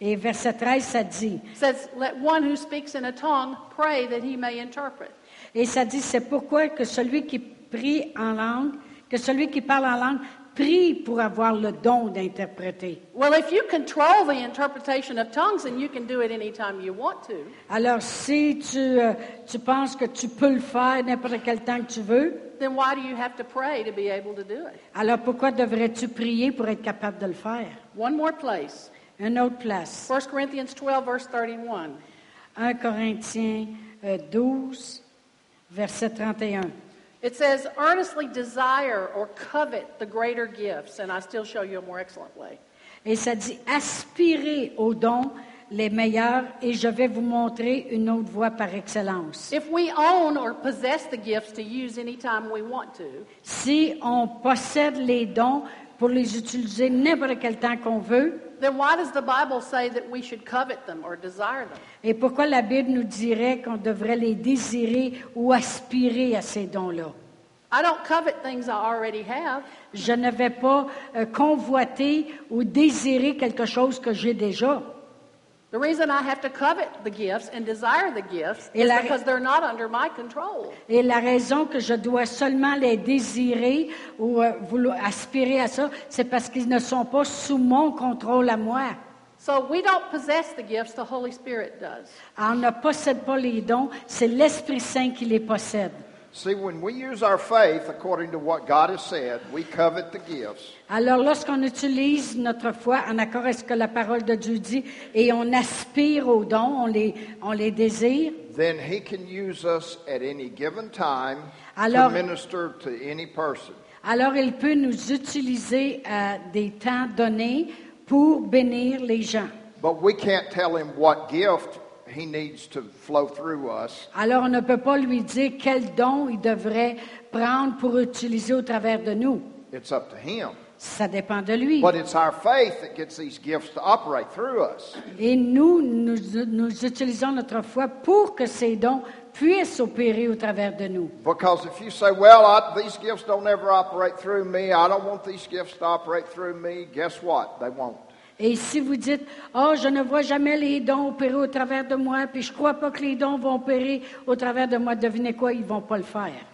Speaker 1: et verset 13, ça dit.
Speaker 3: says, Let one who speaks in a tongue pray that he may interpret.
Speaker 1: Et ça dit, c'est pourquoi que celui qui prie en langue, que celui qui parle en langue, prie pour avoir le don d'interpréter.
Speaker 3: Well, if you control the interpretation of tongues, then you can do it anytime you want to.
Speaker 1: Alors, si tu, euh, tu penses que tu peux le faire n'importe quel temps que tu veux,
Speaker 3: Then why do you have to pray to be able to do it?
Speaker 1: Alors pourquoi devrais-tu prier pour être capable de le faire?
Speaker 3: One more place.
Speaker 1: Une autre place.
Speaker 3: 1 Corinthians 12, verse 31.
Speaker 1: 1 Corinthiens euh, 12, verset 31.
Speaker 3: It says, earnestly desire or covet the greater gifts, and I still show you a more excellent way.
Speaker 1: Et ça dit, aspirez aux dons les meilleurs et je vais vous montrer une autre voie par excellence.
Speaker 3: If we own or possess the gifts to use anytime we want to,
Speaker 1: Si on possède les dons pour les utiliser n'importe quel temps qu'on veut,
Speaker 3: then why does the Bible say that we should covet them or desire them?
Speaker 1: et pourquoi la Bible nous dirait qu'on devrait les désirer ou aspirer à ces dons-là?
Speaker 3: I don't covet things I already have.
Speaker 1: Je ne vais pas euh, convoiter ou désirer quelque chose que j'ai déjà.
Speaker 3: The reason I have to covet the gifts and desire the gifts
Speaker 1: Et
Speaker 3: is
Speaker 1: la-
Speaker 3: because they're not under my control.
Speaker 1: Et la raison que je dois seulement les désirer ou euh, vouloir aspirer à ça, c'est parce qu'ils ne sont pas sous mon contrôle à moi.
Speaker 3: So we don't possess the gifts, the Holy Spirit does.
Speaker 1: On ne possède pas les dons, c'est l'Esprit Saint qui les possède.
Speaker 2: See, when we use our faith according to what God has said, we covet the gifts.
Speaker 1: Alors lorsqu'on utilise notre foi en accord avec ce que la parole de Dieu dit et on aspire aux dons, on les, on les désire,
Speaker 2: Then He can use us at any given time
Speaker 1: Alors-
Speaker 2: to minister to any person.
Speaker 1: Alors, il peut nous utiliser à des temps donnés pour bénir les gens.
Speaker 2: But we can't tell Him what gift He needs to flow through us.
Speaker 1: Alors, on ne peut pas lui dire quel don il devrait prendre pour utiliser au travers de nous.
Speaker 2: It's up to Him.
Speaker 1: Ça dépend de lui.
Speaker 2: But it's our faith that gets these gifts to operate through us.
Speaker 1: Et nous, nous, nous utilisons notre foi pour que ces dons puisse opérer au travers de nous.
Speaker 2: Because if you say, well, I, these gifts don't ever operate through me, I don't want these gifts to operate through me, guess what? They won't.
Speaker 1: Et si vous dites, oh, je ne vois jamais les dons opérer au travers de moi, puis je ne crois pas que les dons vont opérer au travers de moi, devinez quoi, ils ne vont pas le faire.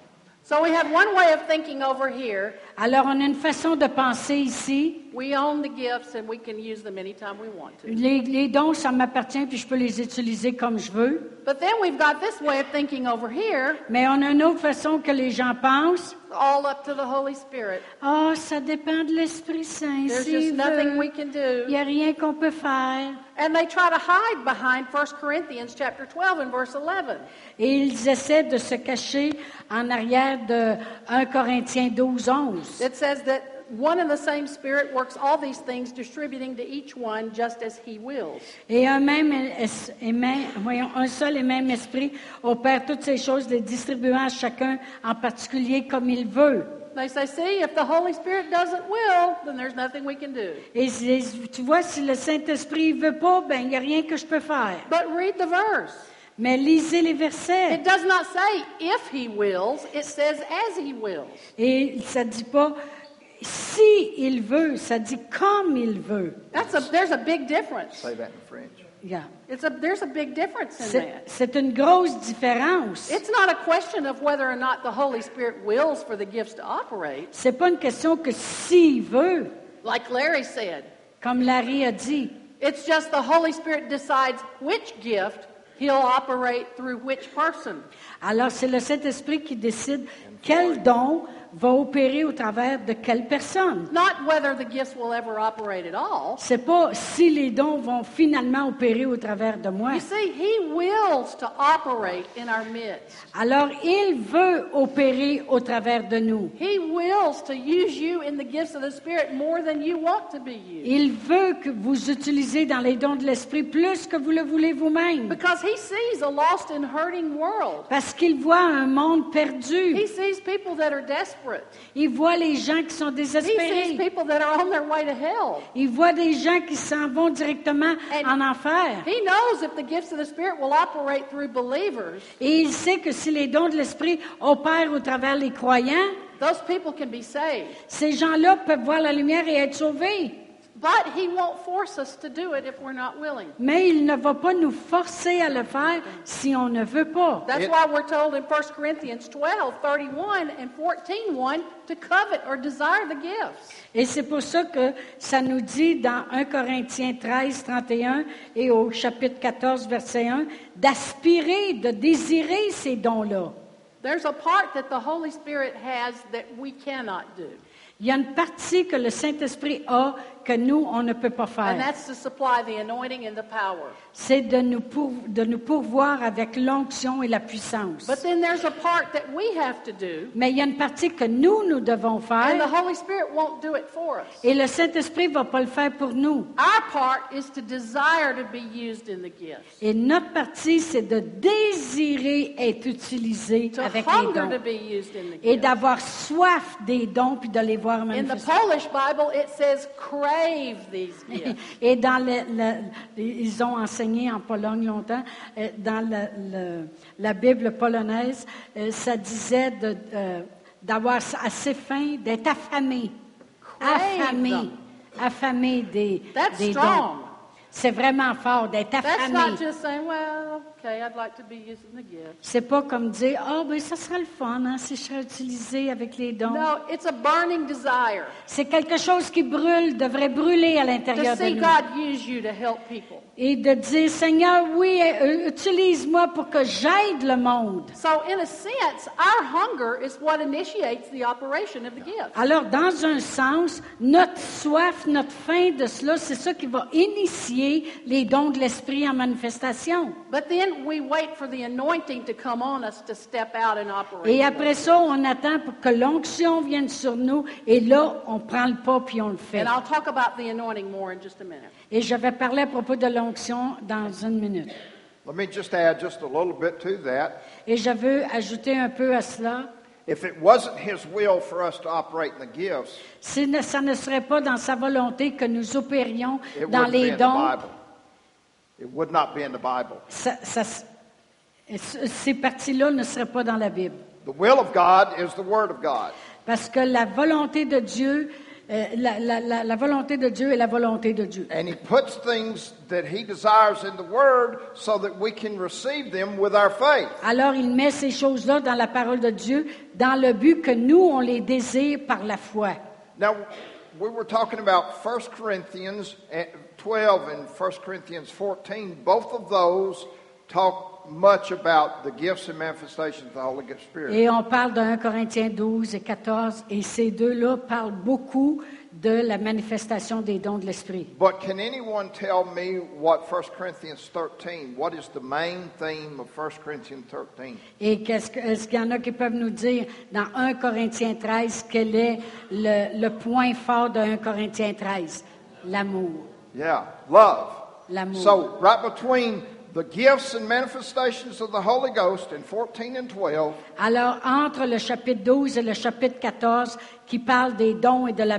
Speaker 3: So we have one way of thinking over here.
Speaker 1: Alors, on a une façon de penser ici.
Speaker 3: We own the gifts and we can use them anytime we want to.
Speaker 1: Les, les dons, ça m'appartient, puis je peux les utiliser comme je veux.
Speaker 3: But then we've got this way of thinking over here,
Speaker 1: Mais on a une autre façon que les gens pensent.
Speaker 3: all up to the Holy Spirit.
Speaker 1: Ah, ça dépend de l'Esprit Saint.
Speaker 3: There's
Speaker 1: s'il
Speaker 3: just nothing
Speaker 1: veut.
Speaker 3: we can do.
Speaker 1: Il n'y a rien qu'on peut faire.
Speaker 3: And they try to hide behind 1 Corinthians chapter 12 and verse 11.
Speaker 1: Et ils essaient de se cacher en arrière de 1 Corinthiens 12, 11.
Speaker 3: It says that one and the same Spirit works all these things, distributing to each one just as He wills.
Speaker 1: Et un, même es- et même- voyons, un seul et même esprit opère toutes ces choses, les distribuant à chacun en particulier comme il veut.
Speaker 3: They say, see, if the Holy Spirit doesn't will, then there's nothing we can do.
Speaker 1: Et si- tu vois, si le Saint-Esprit ne veut pas, ben il n'y a rien que je peux faire.
Speaker 3: But read the verse.
Speaker 1: Mais lisez les versets.
Speaker 3: It does not say if He wills, it says as He wills.
Speaker 1: Et ça ne dit pas si il veut, ça dit comme il veut.
Speaker 3: That's a, there's a big difference.
Speaker 2: Say that in French.
Speaker 1: Regarde.
Speaker 3: It's a, there's a big difference in
Speaker 1: C'est
Speaker 3: that.
Speaker 1: c'est une grosse différence.
Speaker 3: It's not a question of whether or not the Holy Spirit wills for the gifts to operate.
Speaker 1: C'est pas une question que s'il veut,
Speaker 3: Like Larry said,
Speaker 1: comme Larry a dit.
Speaker 3: It's just the Holy Spirit decides which gift he'll operate through which person.
Speaker 1: Alors, c'est le Saint-Esprit qui décide quel don va opérer au travers de quelle personne.
Speaker 3: Not whether the gifts will ever operate at all.
Speaker 1: C'est pas si les dons vont finalement opérer au travers de moi.
Speaker 3: You see, he wills to operate in our midst.
Speaker 1: Alors, il veut opérer au travers de nous.
Speaker 3: He wills to use you in the gifts of the Spirit more than you want to be used.
Speaker 1: Il veut que vous utilisez dans les dons de l'Esprit plus que vous le voulez vous-même.
Speaker 3: Because he sees a lost and hurting world.
Speaker 1: Parce qu'il voit un monde perdu.
Speaker 3: He sees people that are desperate.
Speaker 1: Il voit les gens qui sont
Speaker 3: He sees
Speaker 1: désespérés.
Speaker 3: people that are on their way to hell.
Speaker 1: Il voit des gens qui s'en vont directement en
Speaker 3: And-
Speaker 1: enfer.
Speaker 3: He knows if the gifts of the Spirit will operate through believers,
Speaker 1: Et il sait que si les dons de l'Esprit opèrent au travers les croyants,
Speaker 3: those people can be saved.
Speaker 1: ces gens-là peuvent voir la lumière et être sauvés.
Speaker 3: But he won't force us to do it if we're not willing.
Speaker 1: Mais il ne va pas nous forcer à le faire si on ne veut pas.
Speaker 3: That's
Speaker 2: It-
Speaker 3: why we're told in 1 Corinthians 12, 31 and 14, 1, to covet or desire the gifts.
Speaker 1: Et c'est pour ça que ça nous dit dans 1 Corinthiens 13, 31 et au chapitre 14, verset 1, d'aspirer, de désirer ces dons-là.
Speaker 3: There's a part that the Holy Spirit has that we cannot do,
Speaker 1: Il y a une partie que le Saint-Esprit a que nous, on ne peut pas
Speaker 3: and
Speaker 1: faire.
Speaker 3: that's to supply the anointing and the power.
Speaker 1: C'est de nous, pour- de nous pourvoir avec l'onction et la puissance.
Speaker 3: But then there's a part that we have to do,
Speaker 1: Mais il y a une partie que nous, nous devons
Speaker 3: and the
Speaker 1: faire
Speaker 3: Holy Spirit won't do it for us.
Speaker 1: et le Saint-Esprit ne va pas le faire pour nous.
Speaker 3: Our part is to desire to be used in the gifts,
Speaker 1: Et notre partie, c'est de désirer être utilisé
Speaker 3: to
Speaker 1: avec les
Speaker 3: hunger to
Speaker 1: dons
Speaker 3: be used in the
Speaker 1: et
Speaker 3: gifts.
Speaker 1: d'avoir soif des dons puis de les voir
Speaker 3: In the
Speaker 1: manifester.
Speaker 3: Polish Bible, it says crave these gifts.
Speaker 1: Et dans le, le- ils ont enseigné en Pologne longtemps, euh, dans le- le- la Bible polonaise, euh, ça disait de, euh, d'avoir assez faim, d'être affamé.
Speaker 3: Crave
Speaker 1: Affamé.
Speaker 3: them.
Speaker 1: Affamé des,
Speaker 3: That's
Speaker 1: des
Speaker 3: strong.
Speaker 1: dons. C'est vraiment fort d'être
Speaker 3: That's not
Speaker 1: affamé.
Speaker 3: just saying, well, okay, I'd like to be using the gift.
Speaker 1: C'est pas comme dire, ah, ben ça sera le fun hein, si je serais utilisé avec les dons.
Speaker 3: No, it's a burning desire
Speaker 1: C'est quelque chose qui brûle, devrait brûler à
Speaker 3: to
Speaker 1: l'intérieur de
Speaker 3: see
Speaker 1: nous.
Speaker 3: God use you to help people.
Speaker 1: Et de dire, Seigneur, oui, euh, utilise-moi pour que j'aide le monde.
Speaker 3: So, in a sense, our hunger is what initiates the operation of the gift.
Speaker 1: Alors, dans un sens, notre soif, notre faim de cela, c'est ça qui va initier les dons de l'esprit en manifestation.
Speaker 3: But then we wait for the anointing to come on us to step out and operate.
Speaker 1: Et après ça, on attend pour que l'onction vienne sur nous. Et là, on prend le pas puis on le fait.
Speaker 3: And I'll talk about the anointing more in just a minute.
Speaker 1: Et je vais parler à propos de l'onction dans une minute.
Speaker 2: Let me just add just a little bit to that.
Speaker 1: Et je veux ajouter un peu à cela.
Speaker 2: If it wasn't His will for us to operate in the gifts,
Speaker 1: Si ne- ça ne serait pas dans sa volonté que nous opérions
Speaker 2: it
Speaker 1: dans
Speaker 2: wouldn't be
Speaker 1: les
Speaker 2: in the
Speaker 1: dons,
Speaker 2: Bible. It would not be in the Bible.
Speaker 1: ça- ça s- Et ce- ces parties-là ne seraient pas dans la Bible.
Speaker 2: The will of God is the Word of God.
Speaker 1: Parce que la volonté de Dieu, euh, la, la- la- la volonté de Dieu est la volonté de Dieu.
Speaker 2: And He puts things that He desires in the Word so that we can receive them with our faith.
Speaker 1: Alors il met ces choses-là dans la parole de Dieu, dans le but que nous, on les désire par la foi.
Speaker 2: Now, we were talking about 1 Corinthians eh, 12 and 1 Corinthians 14. Both of those talk much about the gifts and manifestations of the Holy Spirit.
Speaker 1: Et on parle de 1 Corinthiens 12 et 14, et ces deux-là parlent beaucoup de la manifestation des dons de l'Esprit.
Speaker 2: But can anyone tell me what 1 Corinthians 13, what is the main theme of 1 Corinthians 13?
Speaker 1: Et qu'est-ce que- est-ce qu'il y en a qui peuvent nous dire dans 1 Corinthiens 13 quel est le, le point fort de 1 Corinthiens 13? L'amour.
Speaker 2: Yeah, love.
Speaker 1: L'amour.
Speaker 2: So, right between the gifts and manifestations of the Holy Ghost in 14 and 12,
Speaker 1: Alors, entre le chapitre 12 et le chapitre 14, qui parle des dons et de la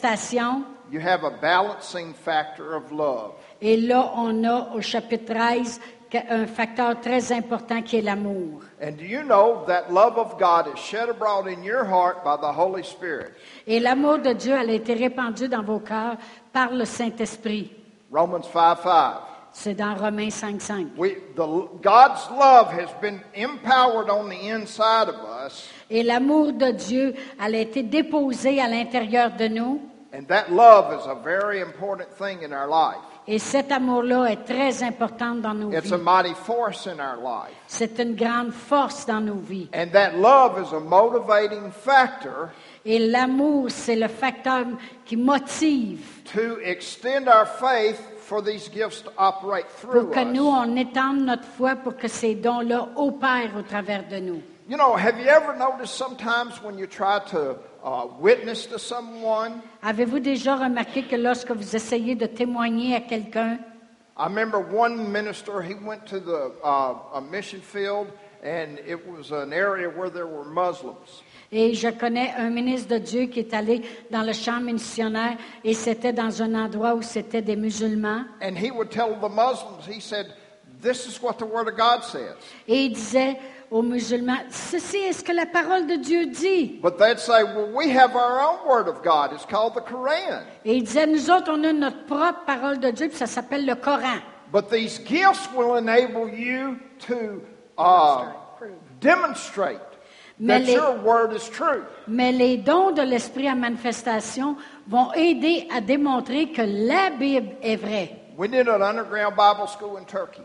Speaker 1: manifestation,
Speaker 2: you have a balancing factor of love.
Speaker 1: et là, on a au chapitre 13 que- un facteur très important qui est l'amour.
Speaker 2: And do you know that love of God is shed abroad in your heart by the Holy Spirit?
Speaker 1: Et l'amour de Dieu, elle a été répandue dans vos cœurs par le Saint-Esprit.
Speaker 2: Romans 5 5.
Speaker 1: C'est dans Romains 5, 5.
Speaker 2: We, the, God's love has been empowered on the inside of us,
Speaker 1: Et l'amour de Dieu, elle a été déposée à l'intérieur de nous.
Speaker 2: and that love is a very important thing in our life.
Speaker 1: Et cet amour-là est très important dans nos
Speaker 2: It's
Speaker 1: vies.
Speaker 2: a mighty force in our life.
Speaker 1: C'est une grande force dans nos vies.
Speaker 2: And that love is a motivating factor
Speaker 1: Et l'amour, c'est le facteur qui motive
Speaker 2: to extend our faith for these gifts to operate
Speaker 1: pour
Speaker 2: through
Speaker 1: que nous,
Speaker 2: us.
Speaker 1: on étende notre foi pour que ces dons-là opèrent au travers de nous.
Speaker 2: You know, have you ever noticed sometimes when you try to uh, witness to someone?
Speaker 1: Avez-vous déjà remarqué que lorsque vous essayez de témoigner à quelqu'un,
Speaker 2: I remember one minister, he went to the uh, a mission field, and it was an area where there were Muslims.
Speaker 1: et je connais un ministre de Dieu qui est allé dans le champ missionnaire et c'était dans un endroit où c'était des musulmans,
Speaker 2: And he would tell the Muslims, he said, This is what the Word of God says.
Speaker 1: et il disait aux musulmans, ceci est ce que la parole de Dieu dit.
Speaker 2: But they'd say, Well, we have our own Word of God. It's called the Quran.
Speaker 1: Et il disait, nous autres, on a notre propre parole de Dieu, puis ça s'appelle le Coran.
Speaker 2: But these gifts will enable you to uh, demonstrate that
Speaker 1: Mele-
Speaker 2: your Word is true.
Speaker 1: Mais les dons de l'esprit à manifestation vont aider à démontrer que la Bible est vraie.
Speaker 2: We did an underground Bible school in Turkey.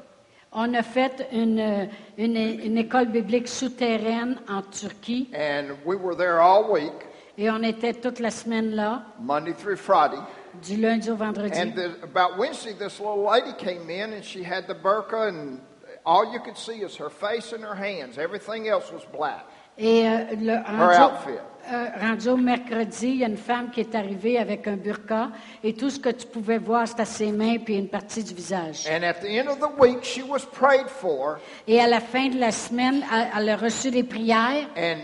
Speaker 1: On a fait une, une- une école biblique souterraine en Turquie
Speaker 2: And we were there all week,
Speaker 1: et on était toute la semaine là,
Speaker 2: Monday through Friday.
Speaker 1: du lundi au vendredi.
Speaker 2: And the, about Wednesday, this little lady came in and she had the burqa, and all you could see is her face and her hands. Everything else was black.
Speaker 1: Et euh, le, rendu,
Speaker 2: outfit.
Speaker 1: euh, rendu au mercredi, il y a une femme qui est arrivée avec un burqa et tout ce que tu pouvais voir, c'était ses mains puis une partie du visage.
Speaker 2: And at the end of the week, she was prayed for,
Speaker 1: Et à la fin de la semaine, elle- elle a reçu des prières
Speaker 2: and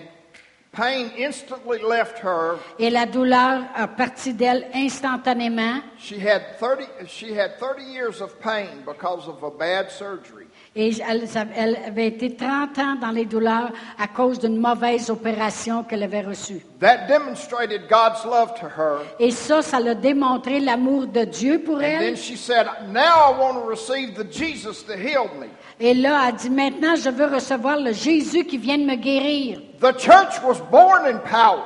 Speaker 2: pain instantly left her.
Speaker 1: Et la douleur a parti d'elle instantanément.
Speaker 2: She had 30, she had 30 years of pain because of a bad surgery.
Speaker 1: Et elle, elle avait été 30 ans dans les douleurs à cause d'une mauvaise opération qu'elle avait reçue.
Speaker 2: That demonstrated God's love to her.
Speaker 1: Et ça, ça l'a démontré l'amour de Dieu pour
Speaker 2: And
Speaker 1: elle.
Speaker 2: then she said, Now I want to receive the Jesus that healed me.
Speaker 1: Et là, elle dit, maintenant, je veux recevoir le Jésus qui vient de me guérir.
Speaker 2: The church was born in power.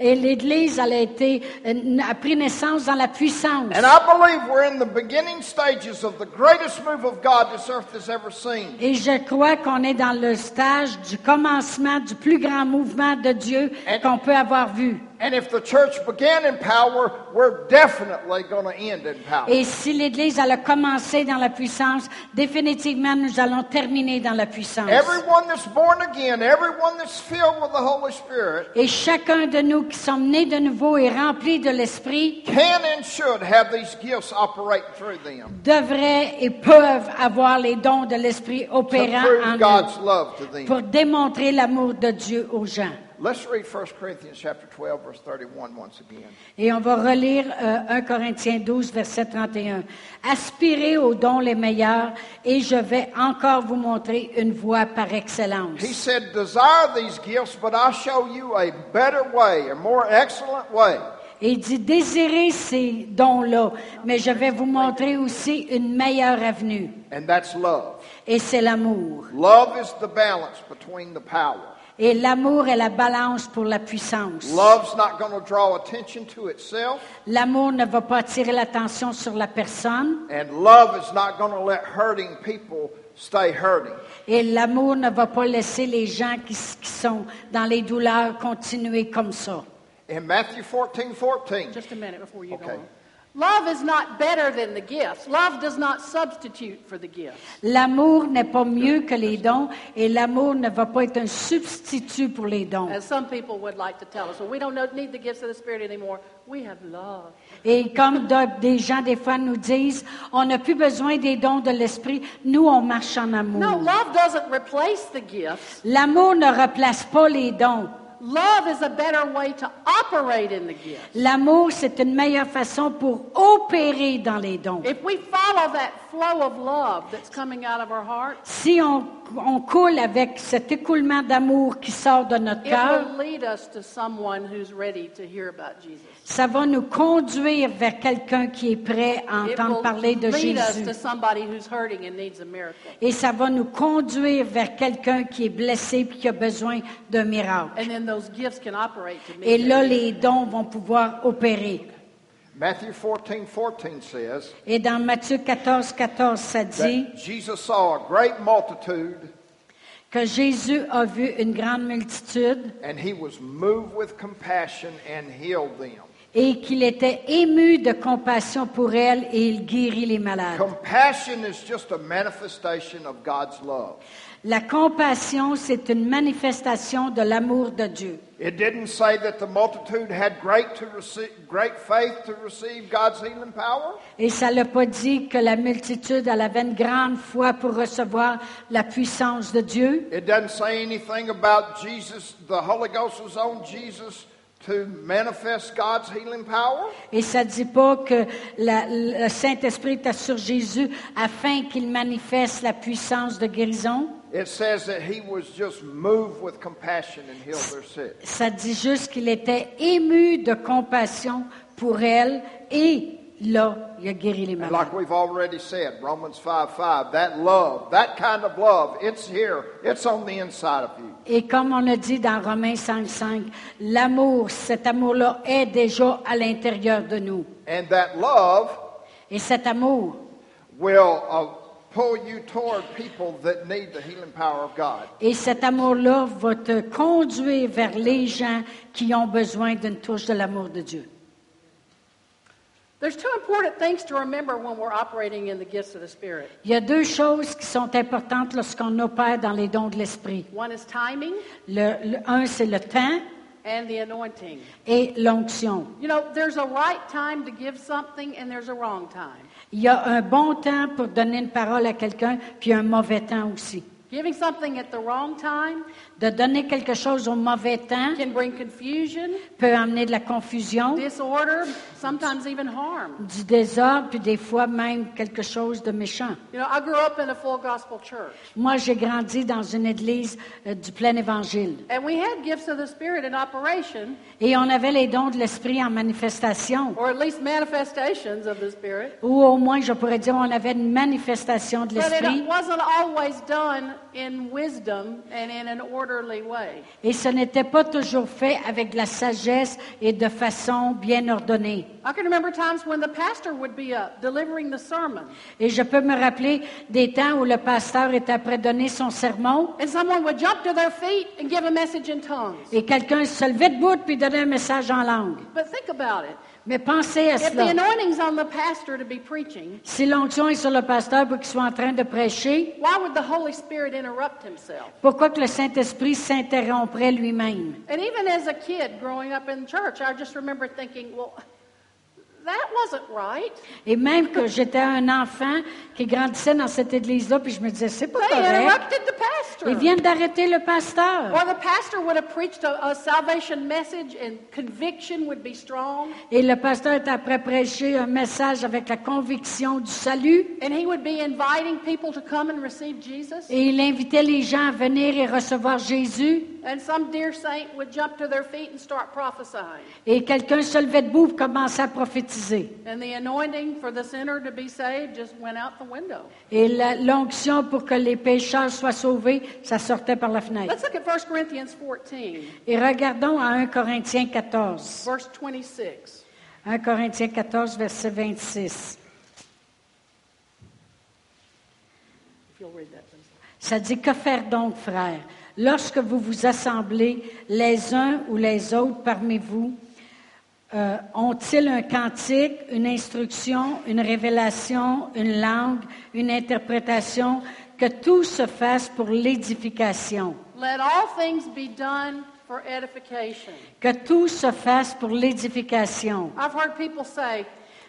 Speaker 1: Et l'Église, elle a, été, euh, a pris naissance dans la puissance.
Speaker 2: And I believe we're in the beginning stages of the greatest move of God this earth has ever seen.
Speaker 1: Et je crois qu'on est dans le stage du commencement du plus grand mouvement de Dieu
Speaker 2: And-
Speaker 1: qu'on peut avoir vu.
Speaker 2: And if the church began in power, we're definitely going to end in power.
Speaker 1: Et si l'Église elle a commencé dans la puissance, définitivement nous allons terminer dans la puissance.
Speaker 2: Everyone that's born again, everyone that's filled with the Holy Spirit,
Speaker 1: Et chacun de nous qui sommes nés de nouveau et remplis de l'Esprit
Speaker 2: can and should have these gifts operate through them
Speaker 1: devraient et peuvent avoir les dons de l'Esprit
Speaker 2: to
Speaker 1: opérant en
Speaker 2: prove
Speaker 1: nous
Speaker 2: God's love to them.
Speaker 1: pour démontrer l'amour de Dieu aux gens.
Speaker 2: Let's read 1 Corinthians chapter 12, verse 31 once again.
Speaker 1: Et on va relire euh, 1 Corinthiens 12, verset 31. Aspirez aux dons les meilleurs et je vais encore vous montrer une voie par
Speaker 2: He
Speaker 1: excellence.
Speaker 2: said, Desire these gifts, but I'll show you a better way, a more excellent way.
Speaker 1: Et il dit, désirez ces dons-là, mais je vais vous montrer aussi une meilleure avenue.
Speaker 2: And that's love.
Speaker 1: Et c'est l'amour.
Speaker 2: Love is the balance between the power.
Speaker 1: Et l'amour est la balance pour la puissance.
Speaker 2: Love's not going to draw attention to itself,
Speaker 1: L'amour ne va pas attirer l'attention sur la personne
Speaker 2: and love is not going to let hurting people stay hurting.
Speaker 1: et l'amour ne va pas laisser les gens qui, s- qui sont dans les douleurs continuer comme ça.
Speaker 2: In Matthew 14, 14,
Speaker 3: Just a minute before you go
Speaker 2: Okay.
Speaker 3: on. Love is not better than the gifts. Love does not substitute for the gifts.
Speaker 1: L'amour n'est pas mieux que les dons et l'amour ne va pas être un substitut pour les dons.
Speaker 3: As some people would like to tell us, well, we don't know- need the gifts of the Spirit anymore. We have love.
Speaker 1: Et comme de- des gens des fois nous disent, on n'a plus besoin des dons de l'esprit, nous on marche en
Speaker 3: No,
Speaker 1: amour.
Speaker 3: love doesn't replace the gifts.
Speaker 1: L'amour ne replace pas les dons.
Speaker 3: Love is a better way to operate in the gift.
Speaker 1: L'amour, c'est une meilleure façon pour opérer dans les dons.
Speaker 3: If we follow that flow of love that's coming out of our heart,
Speaker 1: Si on, on coule avec cet écoulement d'amour qui sort de notre
Speaker 3: it
Speaker 1: cœur,
Speaker 3: will lead us to someone who's ready to hear about Jesus.
Speaker 1: ça va nous conduire vers quelqu'un qui est prêt à
Speaker 3: It
Speaker 1: entendre
Speaker 3: will
Speaker 1: parler de
Speaker 3: lead us
Speaker 1: Jésus.
Speaker 3: to somebody who's hurting and needs a miracle.
Speaker 1: Et ça va nous conduire vers quelqu'un qui est blessé et qui a besoin d'un miracle.
Speaker 3: And then those gifts can operate to
Speaker 1: Et
Speaker 3: meet
Speaker 1: là,
Speaker 3: that.
Speaker 1: les dons vont pouvoir opérer.
Speaker 2: Matthew 14, 14 says
Speaker 1: Et dans Matthieu 14, 14, ça dit
Speaker 2: that Jesus saw a great multitude
Speaker 1: que Jésus a vu une grande multitude
Speaker 2: and he was moved with compassion and healed them.
Speaker 1: et qu'il était ému de compassion pour elle et il guérit les malades.
Speaker 2: Compassion is just a manifestation of God's love.
Speaker 1: La compassion, c'est une manifestation de l'amour de Dieu.
Speaker 2: It didn't say that the multitude had great, to receive, great faith to receive God's healing power.
Speaker 1: Et ça ne l'a pas dit que la multitude elle avait une grande foi pour recevoir la puissance de Dieu.
Speaker 2: It doesn't say anything about Jesus, the Holy Ghost was on Jesus to manifest God's healing power.
Speaker 1: Et ça ne dit pas que la- le Saint-Esprit était sur Jésus afin qu'il manifeste la puissance de guérison.
Speaker 2: It says that he was just moved with compassion and healed their sick.
Speaker 1: Ça dit juste qu'il était ému de compassion pour elle et là, il a guéri les
Speaker 2: And
Speaker 1: malades.
Speaker 2: like we've already said, Romans 5 5, that love, that kind of love, it's here, it's on the inside of you.
Speaker 1: Et comme on a dit dans Romains 5, 5, l'amour, cet amour-là est déjà à l'intérieur de nous.
Speaker 2: And that love
Speaker 1: Et cet amour,
Speaker 2: will uh, pull you toward people that need the healing power of God.
Speaker 1: et cet amour-là va te conduire vers les gens qui ont besoin d'une touche de l'amour de Dieu.
Speaker 3: There's two important things to remember when we're operating in the gifts of the Spirit.
Speaker 1: Il y a deux choses qui sont importantes lorsqu'on opère dans les dons de l'esprit.
Speaker 3: One is timing
Speaker 1: Le, le- un, c'est le temps
Speaker 3: and the anointing.
Speaker 1: et l'onction.
Speaker 3: You know, there's a right time to give something and there's a wrong time.
Speaker 1: Il y a un bon temps pour donner une parole à quelqu'un, puis un mauvais temps aussi.
Speaker 3: Giving something at the wrong time
Speaker 1: De donner quelque chose au mauvais temps
Speaker 3: can bring confusion,
Speaker 1: peut amener de la confusion.
Speaker 3: disorder, sometimes even harm.
Speaker 1: du désordre, puis des fois même quelque chose de méchant.
Speaker 3: You know, I grew up in a full gospel church,
Speaker 1: Moi, j'ai grandi dans une église euh, du plein évangile.
Speaker 3: and we had gifts of the Spirit in operation,
Speaker 1: Et on avait les dons de l'esprit en manifestation.
Speaker 3: or at least manifestations of the Spirit,
Speaker 1: Ou au moins, je pourrais dire, on avait une manifestation de
Speaker 3: but it
Speaker 1: l'esprit.
Speaker 3: wasn't always done in wisdom and in an orderly way.
Speaker 1: Et ce n'était pas toujours fait avec de la sagesse et de façon bien ordonnée.
Speaker 3: I can remember times when the pastor would be up delivering the sermon,
Speaker 1: Et je peux me rappeler des temps où le pasteur était après donner son sermon
Speaker 3: and someone would jump to their feet and give a message in tongues.
Speaker 1: et quelqu'un se levait debout puis donnait un message en langue.
Speaker 3: But think about it.
Speaker 1: Mais pensez à
Speaker 3: If the
Speaker 1: cela.
Speaker 3: anointing's on the pastor to be preaching,
Speaker 1: Si l'onction est sur le pasteur pour qu'il soit en train de prêcher,
Speaker 3: why would the Holy Spirit interrupt himself?
Speaker 1: Pourquoi que le Saint-Esprit s'interromprait lui-même?
Speaker 3: And even as a kid growing up in church, I just remember thinking, well, that wasn't right.
Speaker 1: Et même que j'étais un enfant qui grandissait dans cette église-là, puis je me disais, c'est pas
Speaker 3: They
Speaker 1: correct.
Speaker 3: interrupted the pastor.
Speaker 1: Ils viennent d'arrêter le pasteur.
Speaker 3: Or the pastor would have preached a, a salvation message and conviction would be strong,
Speaker 1: Et le pasteur est après prêcher un message avec la conviction du salut.
Speaker 3: and he would be inviting people to come and receive Jesus.
Speaker 1: Et il invitait les gens à venir et recevoir Jésus.
Speaker 3: And some dear saint would jump to their feet and start prophesying.
Speaker 1: Et quelqu'un se levait debout et commençait à prophétiser.
Speaker 3: And the anointing for the sinner to be saved just went out the window.
Speaker 1: Et la- l'onction pour que les pécheurs soient sauvés, ça sortait par la fenêtre.
Speaker 3: Let's look at 1 Corinthians 14,
Speaker 1: Et regardons à 1 Corinthiens 14.
Speaker 3: verse 26.
Speaker 1: 1 Corinthiens 14, verset 26.
Speaker 3: If you'll read that, please.
Speaker 1: Ça dit, que faire donc, frères? Lorsque vous vous assemblez, les uns ou les autres parmi vous, euh, ont-ils un cantique, une instruction, une révélation, une langue, une interprétation, que tout se fasse pour l'édification?
Speaker 3: Let all things be done for edification.
Speaker 1: Que tout se fasse pour l'édification.
Speaker 3: I've heard people say,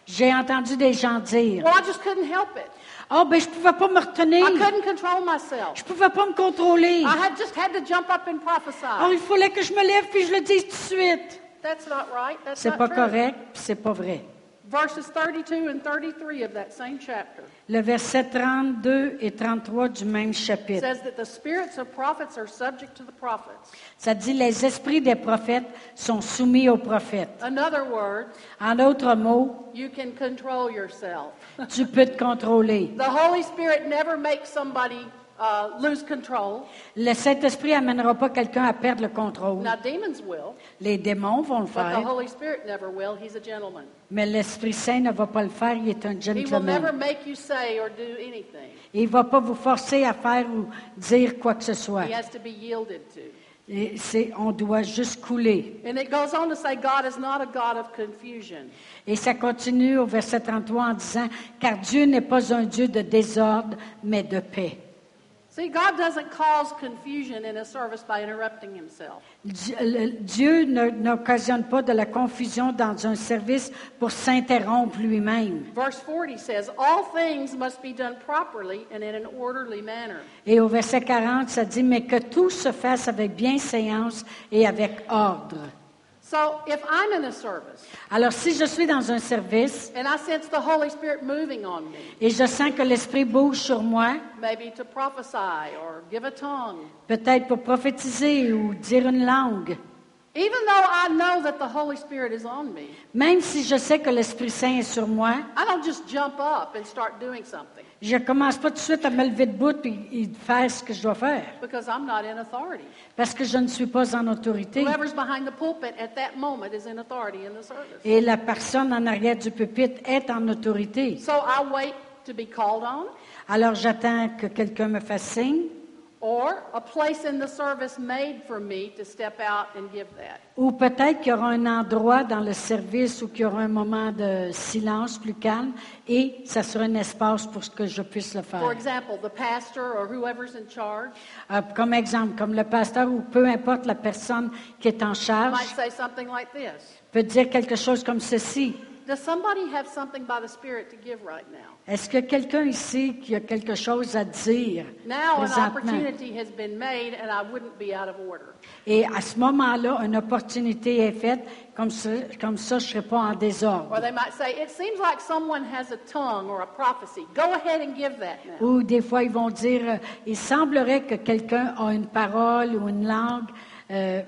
Speaker 1: J'ai entendu des gens dire,
Speaker 3: well, I just couldn't help it.
Speaker 1: oh ben je pouvais pas me retenir,
Speaker 3: I couldn't control myself.
Speaker 1: je pouvais pas me contrôler.
Speaker 3: I had just had to jump up and
Speaker 1: Oh,
Speaker 3: prophesy.
Speaker 1: il fallait que je me lève puis je le dise tout de suite.
Speaker 3: That's not right. That's
Speaker 1: C'est
Speaker 3: not
Speaker 1: pas
Speaker 3: true.
Speaker 1: correct, puis c'est pas vrai.
Speaker 3: Verses 32 and 33 of that same chapter
Speaker 1: Le verset 32 et 33 du même chapitre.
Speaker 3: says that the spirits of prophets are subject to the prophets.
Speaker 1: Ça dit les esprits des prophètes sont soumis aux prophètes.
Speaker 3: In other words,
Speaker 1: En d'autres mots,
Speaker 3: you can control yourself.
Speaker 1: tu peux te contrôler.
Speaker 3: The Holy Spirit never makes somebody uh, lose control.
Speaker 1: Le Saint-Esprit amènera pas quelqu'un à perdre le contrôle.
Speaker 3: Now, demons will,
Speaker 1: Les démons vont le
Speaker 3: but the
Speaker 1: faire,
Speaker 3: Holy Spirit never will. He's a gentleman.
Speaker 1: mais l'Esprit Saint ne va pas le faire. Il est un
Speaker 3: He will never
Speaker 1: gentleman.
Speaker 3: make you say or do anything.
Speaker 1: Il ne va pas vous forcer à faire ou dire quoi que ce soit.
Speaker 3: He has to be yielded to.
Speaker 1: Et c'est- on doit juste couler.
Speaker 3: And it goes on to say, God is not a God of confusion.
Speaker 1: Et ça continue au verset 33 en disant, car Dieu n'est pas un Dieu de désordre, mais de paix.
Speaker 3: See, God doesn't cause confusion in a service by interrupting himself.
Speaker 1: Dieu le- Dieu ne- n'occasionne pas de la confusion dans un service pour s'interrompre lui-même.
Speaker 3: Verse 40 says, All things must be done properly and in an orderly manner.
Speaker 1: Et au verset 40, ça dit, mais que tout se fasse avec bienséance et avec ordre.
Speaker 3: So if I'm in a service
Speaker 1: Alors si je suis dans un service
Speaker 3: and I sense the Holy Spirit moving on me,
Speaker 1: et je sens que l'Esprit bouge sur moi,
Speaker 3: maybe to prophesy or give a tongue,
Speaker 1: peut-être pour prophétiser ou dire une langue,
Speaker 3: even though I know that the Holy Spirit is on me,
Speaker 1: même si je sais que l'Esprit Saint est sur moi,
Speaker 3: I don't just jump up and start doing something
Speaker 1: Je commence pas tout de suite à me lever de bout et, et faire ce que je dois faire,
Speaker 3: because I'm not in authority.
Speaker 1: parce que je ne suis pas en autorité.
Speaker 3: Whoever's behind the pulpit at that moment is in authority in the service.
Speaker 1: Et la personne en arrière du pupitre est en autorité.
Speaker 3: So I wait to be called on,
Speaker 1: Alors j'attends que quelqu'un me fasse signe,
Speaker 3: or a place in the service made for me to step out and give that.
Speaker 1: ou peut-être qu'il y aura un endroit dans le service où il y aura un moment de silence plus calme, et ça sera un espace pour que je puisse le
Speaker 3: For
Speaker 1: faire.
Speaker 3: example, the pastor or whoever's in charge
Speaker 1: Euh, comme exemple, comme le pasteur ou peu importe la personne qui est en
Speaker 3: might
Speaker 1: charge
Speaker 3: say something like this
Speaker 1: peut dire quelque chose comme ceci.
Speaker 3: Does somebody have something by the Spirit to give right now?
Speaker 1: Est-ce qu'il y a quelqu'un ici qui a quelque chose à dire
Speaker 3: Now an
Speaker 1: présentement?
Speaker 3: opportunity has been made, and I wouldn't be out of order.
Speaker 1: Et à ce moment-là, une opportunité est faite, comme ça, comme ça je ne serai pas en
Speaker 3: Or
Speaker 1: désordre.
Speaker 3: they might say, It seems like someone has a tongue or a prophecy. Go ahead and give that now.
Speaker 1: Ou des fois, ils vont dire, euh, il semblerait que quelqu'un a une parole ou une langue, euh,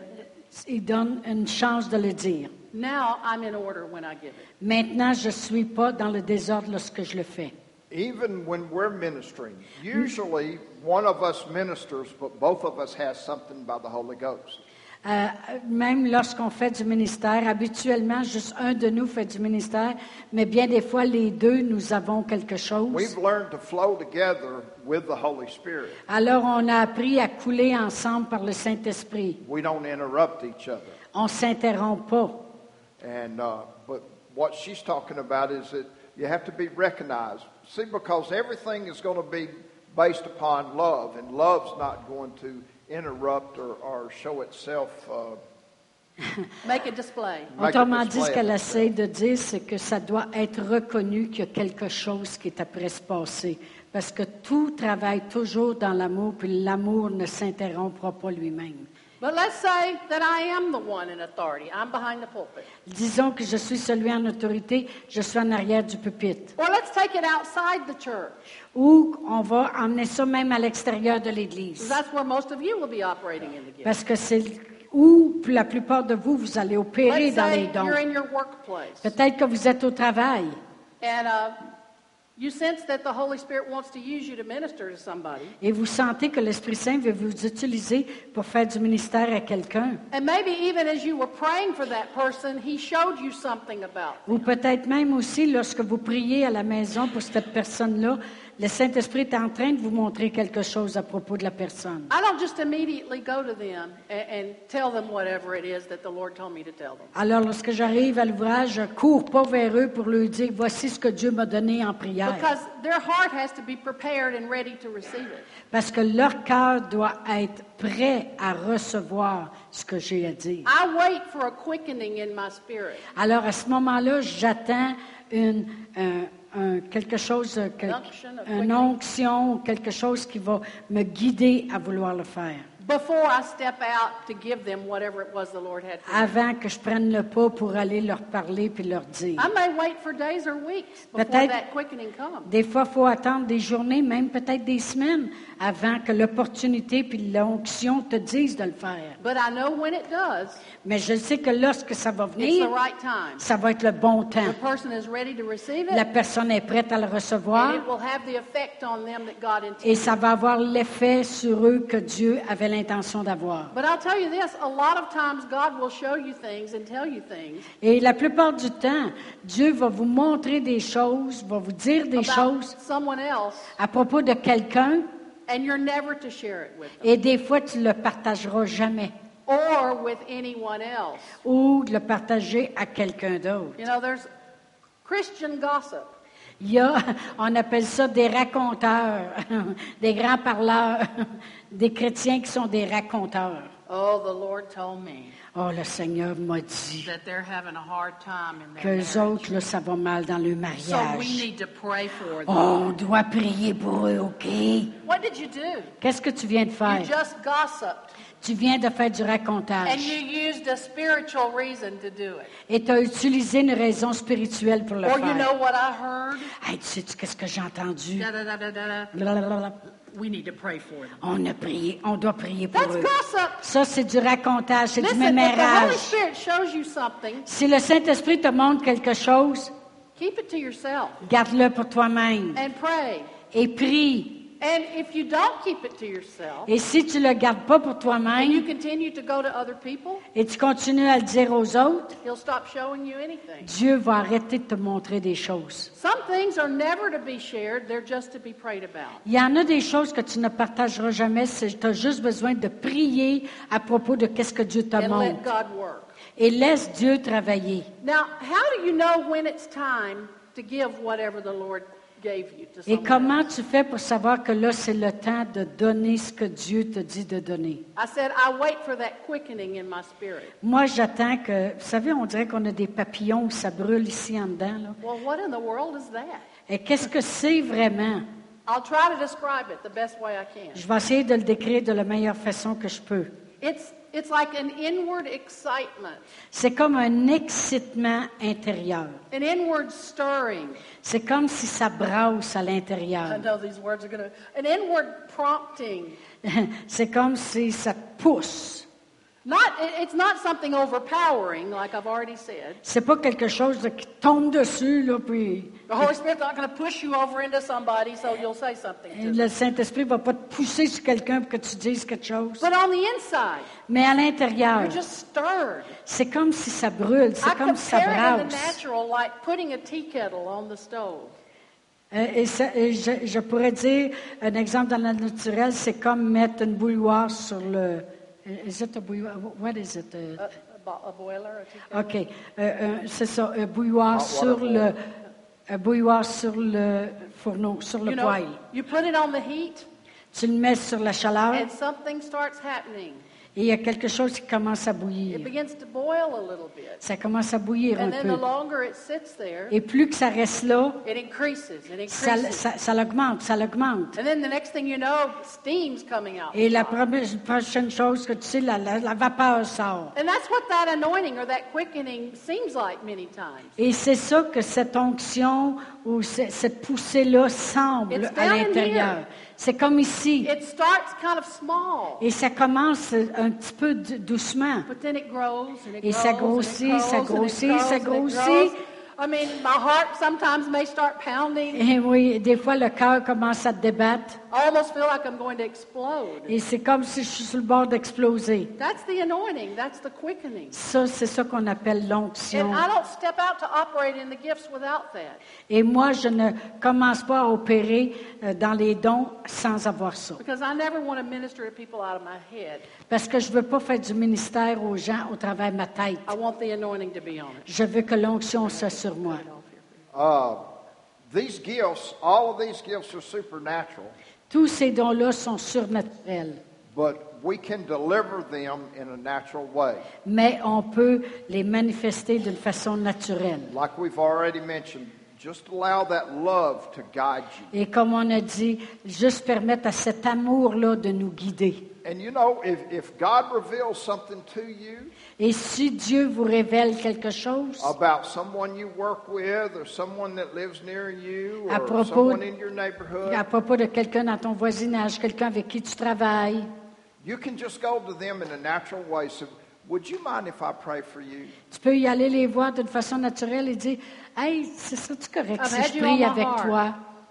Speaker 1: il donne une chance de le dire.
Speaker 3: Now I'm in order when I give it.
Speaker 1: Maintenant, je ne suis pas dans le désordre lorsque je le fais.
Speaker 2: Even when we're ministering, usually one of us ministers, but both of us has something by the Holy Ghost.
Speaker 1: Euh, même lorsqu'on fait du ministère, habituellement, juste un de nous fait du ministère, mais bien des fois, les deux, nous avons quelque chose.
Speaker 2: We've learned to flow together with the Holy Spirit.
Speaker 1: Alors on a appris à couler ensemble par le Saint-Esprit.
Speaker 2: We don't interrupt each other.
Speaker 1: On s'interrompt pas.
Speaker 2: And uh, but what she's talking about is that you have to be recognized. See, because everything is going to be based upon love, and love's not going to interrupt or, or show itself uh,
Speaker 3: Make a display.
Speaker 2: Make a
Speaker 1: Autrement dit,
Speaker 2: display
Speaker 1: ce
Speaker 2: of
Speaker 1: qu'elle
Speaker 2: it.
Speaker 1: essaie de dire, c'est que ça doit être reconnu qu'il y a quelque chose qui est après se passer. Parce que tout travaille toujours dans l'amour, puis l'amour ne s'interrompra pas lui-même.
Speaker 3: But let's say that I am the one in authority. I'm behind the pulpit.
Speaker 1: Disons que je suis celui en autorité, je suis en arrière du pupitre.
Speaker 3: Or let's take it outside the church.
Speaker 1: Ou on va emmener ça même à l'extérieur de
Speaker 3: 'cause
Speaker 1: l'Église.
Speaker 3: That's where most of you will be operating in the gift.
Speaker 1: Parce que c'est où la plupart de vous, vous allez opérer
Speaker 3: Let's
Speaker 1: dans les
Speaker 3: say
Speaker 1: dons.
Speaker 3: you're in your workplace.
Speaker 1: Peut-être que vous êtes au travail.
Speaker 3: And uh, you sense that the Holy Spirit wants to use you to minister to somebody.
Speaker 1: Et vous sentez que l'Esprit Saint veut vous utiliser pour faire du ministère à quelqu'un.
Speaker 3: And maybe even as you were praying for that person, he showed you something about.
Speaker 1: Ou peut-être même aussi, lorsque vous priez à la maison pour cette personne-là, le Saint-Esprit est en train de vous montrer quelque chose à propos de la personne.
Speaker 3: I don't just immediately go to them and, and tell them whatever it is that the Lord told me to tell them.
Speaker 1: Alors, lorsque j'arrive à l'ouvrage, je cours pas vers eux pour leur dire, voici ce que Dieu m'a donné en prière.
Speaker 3: Because their heart has to be prepared and ready to receive it.
Speaker 1: Parce que leur cœur doit être prêt à recevoir ce que j'ai à dire.
Speaker 3: I wait for a quickening in my spirit.
Speaker 1: Alors, à ce moment-là, j'attends une, euh, un- quelque chose, euh, quel-
Speaker 3: Unction, un
Speaker 1: une onction, quelque chose qui va me guider à vouloir le faire.
Speaker 3: before I step out to give them whatever it was the Lord had for me.
Speaker 1: Avant que je prenne le pas pour aller leur parler puis leur dire.
Speaker 3: I may wait for days or weeks before
Speaker 1: Peut-être-
Speaker 3: that quickening comes.
Speaker 1: Des fois, il faut attendre des journées, même peut-être des semaines, avant que l'opportunité puis l'onction te disent de le faire.
Speaker 3: But I know when it does,
Speaker 1: Mais je sais que lorsque ça va
Speaker 3: it's the
Speaker 1: venir,
Speaker 3: right time.
Speaker 1: ça va être le bon
Speaker 3: The
Speaker 1: temps.
Speaker 3: person is ready to receive
Speaker 1: La
Speaker 3: it,
Speaker 1: personne est prête à le recevoir
Speaker 3: and it will have the effect on them that God
Speaker 1: et
Speaker 3: intended.
Speaker 1: ça va avoir l'effet sur eux que Dieu avait l'intention d'avoir.
Speaker 3: But I'll tell you this, a lot of times God will show you things and tell you things
Speaker 1: Et la plupart du temps, Dieu va vous montrer des choses, va vous dire des
Speaker 3: about
Speaker 1: choses
Speaker 3: someone else,
Speaker 1: à propos de quelqu'un
Speaker 3: and you're never to share it with them
Speaker 1: et des fois, tu ne le partageras jamais
Speaker 3: or with anyone else.
Speaker 1: ou de le partager à quelqu'un d'autre.
Speaker 3: You know, there's Christian gossip.
Speaker 1: Il y a, on appelle ça des raconteurs, des grands parleurs, des chrétiens qui sont des raconteurs.
Speaker 3: Oh, the Lord told me.
Speaker 1: Oh, le Seigneur m'a dit
Speaker 3: that they're having a hard time in their
Speaker 1: qu'eux
Speaker 3: marriage.
Speaker 1: autres, là, ça va mal dans le
Speaker 3: So we
Speaker 1: mariage.
Speaker 3: need to pray for them.
Speaker 1: Oh, on doit prier pour eux, OK?
Speaker 3: What did you do?
Speaker 1: Qu'est-ce que tu viens de
Speaker 3: You
Speaker 1: faire?
Speaker 3: just gossiped
Speaker 1: Tu viens de faire du
Speaker 3: and
Speaker 1: racontage.
Speaker 3: you used a spiritual reason to do it.
Speaker 1: Et tu as utilisé une raison spirituelle pour le
Speaker 3: Or Oh, you know
Speaker 1: faire.
Speaker 3: what I heard?
Speaker 1: Hey, tu sais-tu qu'est-ce que j'ai entendu?
Speaker 3: Da, da, da, da, da, da.
Speaker 1: Blablabla.
Speaker 3: We need to pray for them.
Speaker 1: On a prié, on doit prier pour
Speaker 3: That's
Speaker 1: eux.
Speaker 3: gossip.
Speaker 1: Ça, c'est du racontage, c'est du
Speaker 3: Listen, if the
Speaker 1: mémérage.
Speaker 3: Holy Spirit shows you something,
Speaker 1: Si le Saint-Esprit te montre quelque chose,
Speaker 3: keep it to yourself
Speaker 1: garde-le pour toi-même
Speaker 3: and pray.
Speaker 1: et prie.
Speaker 3: And if you don't keep it to yourself
Speaker 1: Et si tu le gardes pas pour
Speaker 3: and you
Speaker 1: toi-même
Speaker 3: continue to go to other people,
Speaker 1: et tu continues à le dire aux autres,
Speaker 3: he'll stop showing you anything.
Speaker 1: Dieu va arrêter de te montrer des choses.
Speaker 3: Some things are never to be shared, they're just to be prayed about.
Speaker 1: Il y en a des choses que tu ne partageras jamais. Tu as juste besoin de prier à propos de qu'est-ce que Dieu te
Speaker 3: and let
Speaker 1: montre.
Speaker 3: God work.
Speaker 1: Et laisse Dieu travailler.
Speaker 3: Now, how do you know when it's time to give whatever the Lord gave you to
Speaker 1: Et
Speaker 3: someone?
Speaker 1: comment
Speaker 3: else?
Speaker 1: tu fais pour savoir que là, c'est le temps de donner ce que Dieu te dit de donner?
Speaker 3: I said, I wait for that quickening in my spirit.
Speaker 1: Moi, j'attends que... Vous savez, on dirait qu'on a des papillons où ça brûle ici en dedans. là.
Speaker 3: Well, what in the world is that?
Speaker 1: Et qu'est-ce que c'est vraiment?
Speaker 3: I'll try to describe it the best way I can.
Speaker 1: Je vais essayer de le décrire de la meilleure façon que je peux.
Speaker 3: It's, it's like an inward excitement,
Speaker 1: C'est comme un excitement intérieur.
Speaker 3: an inward stirring.
Speaker 1: C'est comme si ça brasse à
Speaker 3: I
Speaker 1: l'intérieur.
Speaker 3: know these words are going to, an inward prompting.
Speaker 1: C'est comme si ça te pousse.
Speaker 3: Not, it- it's not something overpowering, like I've already said.
Speaker 1: C'est pas quelque chose de- qui tombe dessus, là, puis
Speaker 3: The Holy Spirit's not going to push you over into somebody so you'll say something to them.
Speaker 1: le Saint-Esprit va pas te pousser sur quelqu'un pour que tu dises quelque chose.
Speaker 3: But on the inside,
Speaker 1: Mais à
Speaker 3: you're
Speaker 1: l'intérieur,
Speaker 3: just stirred.
Speaker 1: c'est comme si ça brûle,
Speaker 3: I
Speaker 1: c'est comme si ça
Speaker 3: compare it in the
Speaker 1: brasse.
Speaker 3: natural like putting a tea kettle on the stove.
Speaker 1: Euh, Et, ça- et je, je pourrais dire, un exemple dans la naturelle, c'est comme mettre une bouilloire sur le... euh, Is it a bouilloire? What is it? Euh,
Speaker 3: A, a, bo- a boiler, a tea kettle.
Speaker 1: OK. Euh, euh, c'est ça, un bouilloire
Speaker 2: Hot
Speaker 1: sur
Speaker 2: water
Speaker 1: le... Un bouilloire sur le fourneau, sur le
Speaker 3: You
Speaker 1: poêle.
Speaker 3: know, you put it on the heat
Speaker 1: Tu le mets sur la chaleur
Speaker 3: and something starts happening.
Speaker 1: Et il y a quelque chose qui commence à
Speaker 3: It
Speaker 1: bouillir.
Speaker 3: begins to boil a little bit.
Speaker 1: Ça commence à bouillir un
Speaker 3: And then the
Speaker 1: peu.
Speaker 3: longer it sits there,
Speaker 1: Et plus que ça reste là,
Speaker 3: it increases, it
Speaker 1: ça,
Speaker 3: increases.
Speaker 1: ça- ça l'augmente, ça l'augmente.
Speaker 3: And then the next thing you know, steam's coming out.
Speaker 1: Et la première- prochaine chose que tu sais, la, la- la vapeur sort.
Speaker 3: And that's what that anointing or that quickening seems like many times.
Speaker 1: Et c'est ça que cette onction ou ce- cette poussée-là semble
Speaker 3: It's
Speaker 1: à
Speaker 3: down in
Speaker 1: l'intérieur.
Speaker 3: here.
Speaker 1: C'est comme ici.
Speaker 3: It starts kind of small,
Speaker 1: Et ça commence un petit peu d- doucement.
Speaker 3: but then it grows and it
Speaker 1: Et
Speaker 3: grows.
Speaker 1: ça
Speaker 3: and
Speaker 1: grossit,
Speaker 3: it
Speaker 1: ça
Speaker 3: grows, and it
Speaker 1: grossit, ça
Speaker 3: grows, and it
Speaker 1: grossit.
Speaker 3: grows. I mean, my heart sometimes may start pounding.
Speaker 1: Et oui, des fois, le cœur commence à te débattre.
Speaker 3: I almost feel like I'm going to explode.
Speaker 1: Et c'est comme si je suis sur le bord d'exploser.
Speaker 3: That's the anointing. That's the quickening.
Speaker 1: Ça, c'est ça qu'on appelle l'onction.
Speaker 3: And I don't step out to operate in the gifts without that
Speaker 1: Et moi, je ne commence pas à opérer euh, dans les dons sans avoir ça.
Speaker 3: because I never want to minister to people out of my head.
Speaker 1: Parce que je ne veux pas faire du ministère aux gens au travers de ma tête.
Speaker 3: I want the anointing to be on it.
Speaker 1: Je veux que l'onction soit sur moi.
Speaker 2: Uh, these gifts, all of these gifts are supernatural,
Speaker 1: Tous ces dons-là sont surnaturels,
Speaker 2: but we can deliver them in a natural way.
Speaker 1: mais on peut les manifester d'une façon naturelle.
Speaker 2: Like we've already mentioned, just allow that love to guide you.
Speaker 1: Et comme on a dit, juste permettre à cet amour-là de nous guider.
Speaker 2: And you know, if, if God reveals something to you
Speaker 1: Et si Dieu vous révèle quelque chose
Speaker 2: about someone you work with or someone that lives near you
Speaker 1: À
Speaker 2: or
Speaker 1: propos-
Speaker 2: someone in your neighborhood,
Speaker 1: à propos de quelqu'un dans ton voisinage, quelqu'un avec qui tu travailles,
Speaker 2: you can just go to them in a natural way. So, would you mind if I pray for you?
Speaker 1: Tu peux y aller les voir d'une façon naturelle et dire Hey, ce serait-tu correct
Speaker 3: Ah,
Speaker 1: si
Speaker 3: ben,
Speaker 1: je
Speaker 3: Dieu,
Speaker 1: prie
Speaker 3: on
Speaker 1: avec
Speaker 3: m'honore.
Speaker 1: toi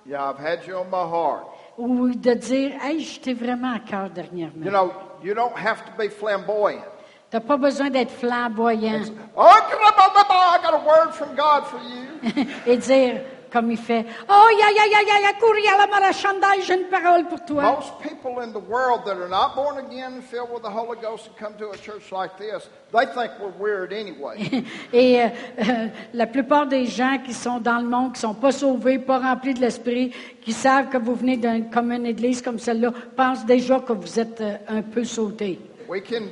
Speaker 2: Yeah, I've had you on my heart.
Speaker 1: Ou de dire Hey, je t'ai vraiment à cœur dernièrement.
Speaker 2: You know, you don't have to be flamboyant.
Speaker 1: Tu n'as pas besoin d'être flamboyant
Speaker 2: Oh, come on, blah, blah, blah, I got a word from God for you.
Speaker 1: et dire comme il fait Oh, ya, ya, ya, ya, ya, courir à la marachandai, j'ai une parole pour toi.
Speaker 2: Most people in the world that are not born again and filled with the Holy Ghost and come to a church like this, they think we're weird anyway.
Speaker 1: Et euh, euh, la plupart des gens qui sont dans le monde, qui sont pas sauvés, pas remplis de l'esprit, qui savent que vous venez d'une commune église comme celle-là, pensent déjà que vous êtes euh, un peu sautés.
Speaker 2: we can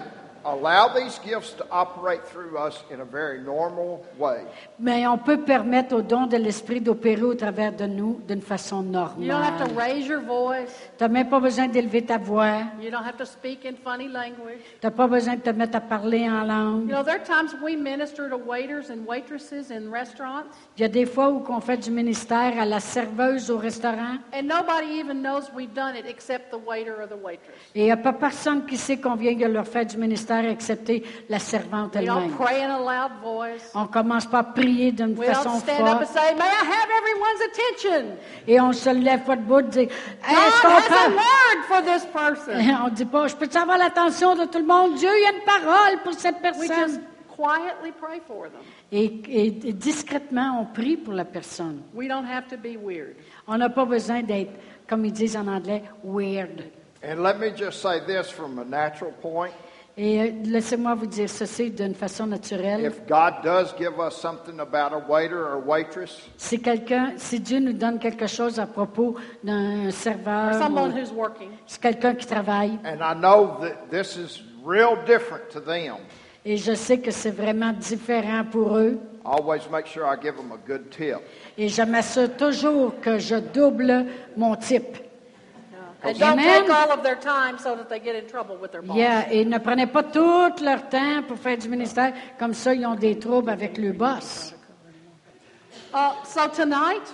Speaker 2: allow these gifts to operate through us in a very normal way.
Speaker 1: Mais on peut permettre au don de l'Esprit d'opérer au travers de nous d'une façon
Speaker 3: You don't have to
Speaker 1: normale.
Speaker 3: raise your voice.
Speaker 1: Tu n'as même pas besoin d'élever ta voix.
Speaker 3: You don't have to speak in funny language.
Speaker 1: Tu n'as pas besoin de te mettre à parler en
Speaker 3: You
Speaker 1: langue.
Speaker 3: know, there are times we minister to waiters and waitresses in restaurants,
Speaker 1: Il y a des fois où on fait du ministère à la serveuse au restaurant
Speaker 3: and nobody even knows we've done it except the waiter or the waitress.
Speaker 1: et il n'y a pas personne qui sait qu'on vient de leur faire du ministère excepté la servante
Speaker 3: We don't
Speaker 1: elle-même.
Speaker 3: pray in a loud voice.
Speaker 1: On commence pas à prier d'une
Speaker 3: We
Speaker 1: façon
Speaker 3: don't stand up
Speaker 1: forte
Speaker 3: and say, May I have everyone's attention?
Speaker 1: et on se lève pas de bout et dit Est-ce
Speaker 3: God
Speaker 1: qu'on
Speaker 3: has a
Speaker 1: parle?
Speaker 3: word for this person.
Speaker 1: On dit pas Je peux avoir l'attention de tout le monde? Dieu, il y a une parole pour cette
Speaker 3: We just
Speaker 1: personne.
Speaker 3: quietly pray for them.
Speaker 1: Et, et- et discrètement, on prie pour la personne.
Speaker 3: We don't have to be weird.
Speaker 1: On n'a pas besoin d'être, comme ils disent en anglais, weird.
Speaker 2: And let me just say this from a natural point.
Speaker 1: Et euh, laissez-moi vous dire ceci d'une façon naturelle.
Speaker 2: If God does give us something about a waiter or waitress,
Speaker 1: Si quelqu'un, si Dieu nous donne quelque chose à propos d'un
Speaker 3: Or
Speaker 1: serveur,
Speaker 3: someone
Speaker 1: ou-
Speaker 3: who's working.
Speaker 1: c'est quelqu'un qui travaille,
Speaker 2: and I know that this is real different to them,
Speaker 1: et je sais que c'est vraiment différent pour eux,
Speaker 2: I always make sure I give them a good tip.
Speaker 1: et je m'assure toujours que je double mon type.
Speaker 3: And don't
Speaker 1: Amen.
Speaker 3: take all of their time so that they get in trouble with their boss.
Speaker 1: Yeah, et ne prenez pas tout leur temps pour faire du ministère, comme ça ils ont des troubles avec le boss.
Speaker 3: Uh, so tonight,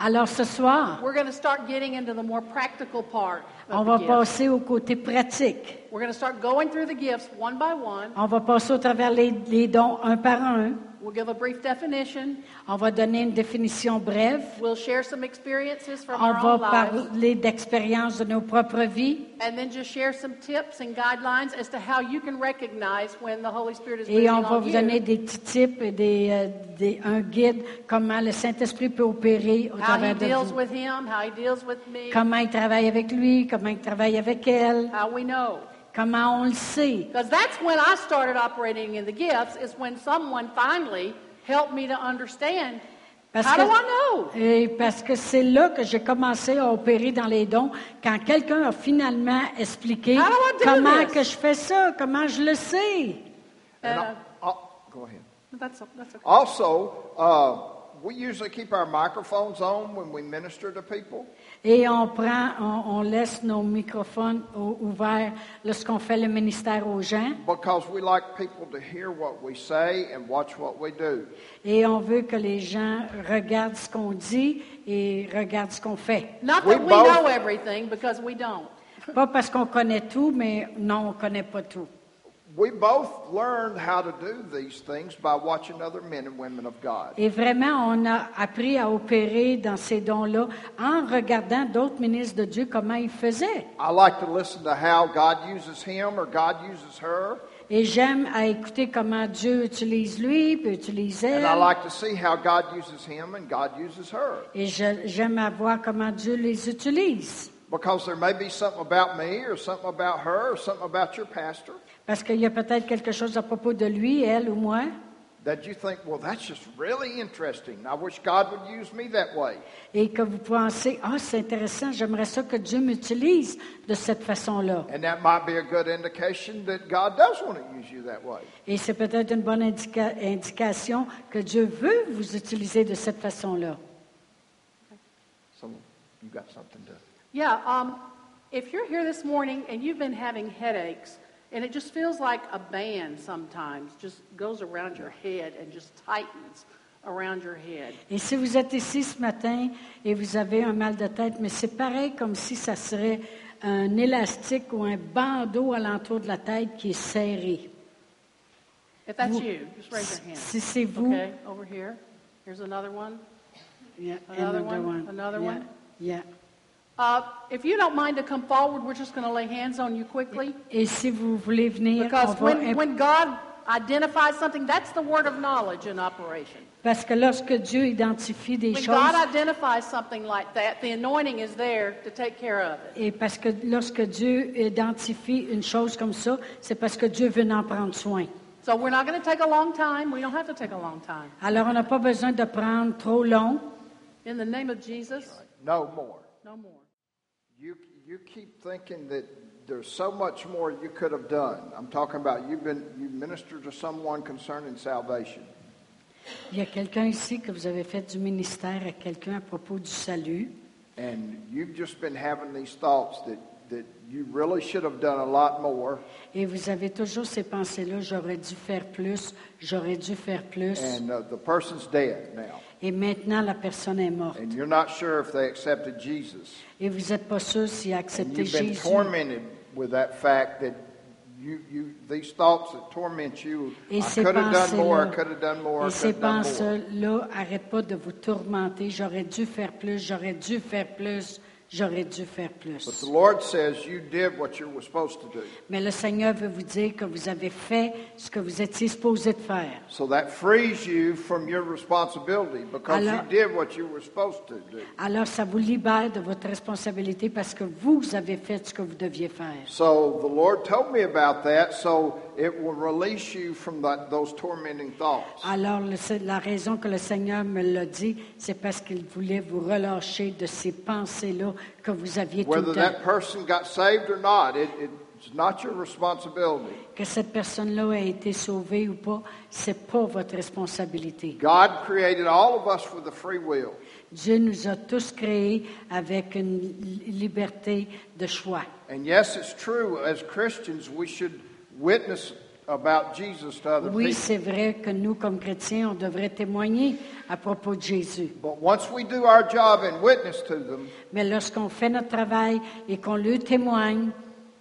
Speaker 1: Alors ce soir,
Speaker 3: we're going to start getting into the more practical part
Speaker 1: On
Speaker 3: of
Speaker 1: va
Speaker 3: the gifts.
Speaker 1: passer au côté pratique.
Speaker 3: We're going to start going through the gifts one by one.
Speaker 1: On va passer au travers les, les dons un par un.
Speaker 3: We'll give a brief definition.
Speaker 1: On va donner une définition brève.
Speaker 3: We'll share some experiences from
Speaker 1: On
Speaker 3: our own
Speaker 1: va
Speaker 3: lives.
Speaker 1: parler d'expérience de nos propres vies
Speaker 3: And then just share some tips and guidelines as to how you can recognize when the Holy Spirit is moving
Speaker 1: et on va
Speaker 3: on
Speaker 1: vous
Speaker 3: you.
Speaker 1: donner des petits tips et des, euh, des- un guide comment le Saint-Esprit peut opérer au
Speaker 3: How he
Speaker 1: travers de
Speaker 3: deals
Speaker 1: vous.
Speaker 3: with him, how he deals with me,
Speaker 1: Comment il travaille avec lui, comment il travaille avec elle,
Speaker 3: how we know.
Speaker 1: comment on le sait.
Speaker 3: Because that's when I started operating in the gifts, is when someone finally helped me to understand
Speaker 1: Parce
Speaker 3: How
Speaker 1: que,
Speaker 3: do I
Speaker 1: Et parce que c'est là que j'ai commencé à opérer dans les dons, quand quelqu'un a finalement expliqué
Speaker 3: How do I do
Speaker 1: comment
Speaker 3: this?
Speaker 1: que je fais ça, comment je le sais.
Speaker 2: And I-
Speaker 3: Uh,
Speaker 2: I'll- go ahead.
Speaker 3: That's, that's okay.
Speaker 2: Also, uh, we usually keep our microphones on when we minister to people.
Speaker 1: Et on prend, on, on laisse nos microphones au- ouverts lorsqu'on fait le ministère aux gens.
Speaker 2: Because we like people to hear what we say and watch what we do.
Speaker 1: Et on veut que les gens regardent ce qu'on dit et regardent ce qu'on fait.
Speaker 3: Not
Speaker 2: We
Speaker 3: that we
Speaker 2: both-
Speaker 3: know everything, because we don't.
Speaker 1: Pas parce qu'on connaît tout, mais non, on connaît pas tout.
Speaker 2: We both learned how to do these things by watching other men and women of God.
Speaker 1: Et vraiment, on a appris à opérer dans ces dons-là en regardant d'autres ministres de Dieu, comment ils faisaient.
Speaker 2: I like to listen to how God uses him or God uses her,
Speaker 1: Et j'aime à écouter comment Dieu utilise lui, puis utilise elle.
Speaker 2: and I like to see how God uses him and God uses her.
Speaker 1: Et je- j'aime à voir comment Dieu les utilise.
Speaker 2: Because there may be something about me or something about her or something about your pastor
Speaker 1: Parce qu'il y a peut-être quelque chose à propos de lui, elle ou moi.
Speaker 2: that you think, well, that's just really interesting. I wish God would use me that way.
Speaker 1: Et que vous pensez, ah, c'est intéressant, j'aimerais ça que Dieu m'utilise de cette façon-là.
Speaker 2: And that might be a good indication that God does want to use you that way.
Speaker 1: Et c'est peut-être une bonne indica- indication que Dieu veut vous utiliser de cette façon-là.
Speaker 2: So you got something to.
Speaker 3: Yeah, um, if you're here this morning and you've been having headaches, and it just feels like a band sometimes just goes around your head and just tightens around your head.
Speaker 1: Et si vous êtes ici ce matin et vous avez un mal de tête, mais c'est pareil comme si ça serait un élastique ou un bandeau alentour de la tête qui est serré.
Speaker 3: If that's
Speaker 1: Wo-
Speaker 3: you, just raise your hand.
Speaker 1: Si c'est vous.
Speaker 3: Okay, over here. Here's another one.
Speaker 1: Yeah,
Speaker 3: Another one? Another
Speaker 1: Yeah,
Speaker 3: one?
Speaker 1: yeah.
Speaker 3: Uh, if you don't mind to come forward, we're just going to lay hands on you quickly.
Speaker 1: Et si vous voulez venir, on
Speaker 3: Because
Speaker 1: va
Speaker 3: when,
Speaker 1: imp-
Speaker 3: when God identifies something, that's the word of knowledge in operation.
Speaker 1: parce que lorsque Dieu identifie des
Speaker 3: When
Speaker 1: choses,
Speaker 3: God identifies something like that, the anointing is there to take care of it.
Speaker 1: et parce que lorsque Dieu identifie une chose comme ça, c'est parce que Dieu veut en prendre soin.
Speaker 3: So we're not going to take a long time. We don't have to take a long time.
Speaker 1: Alors on n'a pas besoin de prendre trop long.
Speaker 3: In the name of Jesus,
Speaker 2: No more.
Speaker 3: no more.
Speaker 2: You, you keep thinking that there's so much more you could have done. I'm talking about you've been, you ministered to someone concerning salvation.
Speaker 1: Il y a quelqu'un ici que vous avez fait du ministère à quelqu'un à propos du salut.
Speaker 2: And you've just been having these thoughts that, that you really should have done a lot more.
Speaker 1: Et vous avez toujours ces pensées-là, j'aurais dû faire plus, j'aurais dû faire plus.
Speaker 2: And uh, the person's dead now.
Speaker 1: Et maintenant, la personne est morte.
Speaker 2: And you're not sure if they accepted Jesus.
Speaker 1: Et vous n'êtes pas sûr s'il a
Speaker 2: And
Speaker 1: accepté
Speaker 2: you've been
Speaker 1: Jésus.
Speaker 2: tormented with that fact that you, you, these thoughts that torment you, I
Speaker 1: Et ces
Speaker 2: could have done more, I could have done more,
Speaker 1: pensées-là,
Speaker 2: I
Speaker 1: et
Speaker 2: could
Speaker 1: ces pensées-là arrêtent
Speaker 2: have done more.
Speaker 1: pas de vous tourmenter. J'aurais dû faire plus, j'aurais dû faire plus, j'aurais dû faire
Speaker 2: But
Speaker 1: plus.
Speaker 2: the Lord says you did what you were supposed to do.
Speaker 1: Mais le Seigneur veut vous dire que vous avez fait ce que vous étiez supposé de faire.
Speaker 2: So that frees you from your responsibility because you
Speaker 1: Alors-
Speaker 2: did what you were supposed to do.
Speaker 1: Alors, ça vous libère de votre responsabilité parce que vous avez fait ce que vous deviez faire.
Speaker 2: So the Lord told me about that, so it will release you from that, those tormenting thoughts.
Speaker 1: Alors, le se- la raison que le Seigneur me l'a dit, c'est parce qu'il voulait vous relâcher de ces pensées-là que vous aviez tout
Speaker 2: Whether
Speaker 1: le temps.
Speaker 2: that person got saved or not, it, it's not your responsibility.
Speaker 1: Que cette personne-là a été sauvée ou pas, c'est pas votre responsabilité.
Speaker 2: God created all of us with a free will.
Speaker 1: Dieu nous a tous créés avec une li- liberté de choix.
Speaker 2: And yes, it's true, as Christians, we should witness about Jesus to other
Speaker 1: Oui,
Speaker 2: people.
Speaker 1: c'est vrai que nous, comme chrétiens, on devrait témoigner à propos de Jésus.
Speaker 2: But once we do our job and witness to them,
Speaker 1: Mais lorsqu'on fait notre travail et qu'on le témoigne,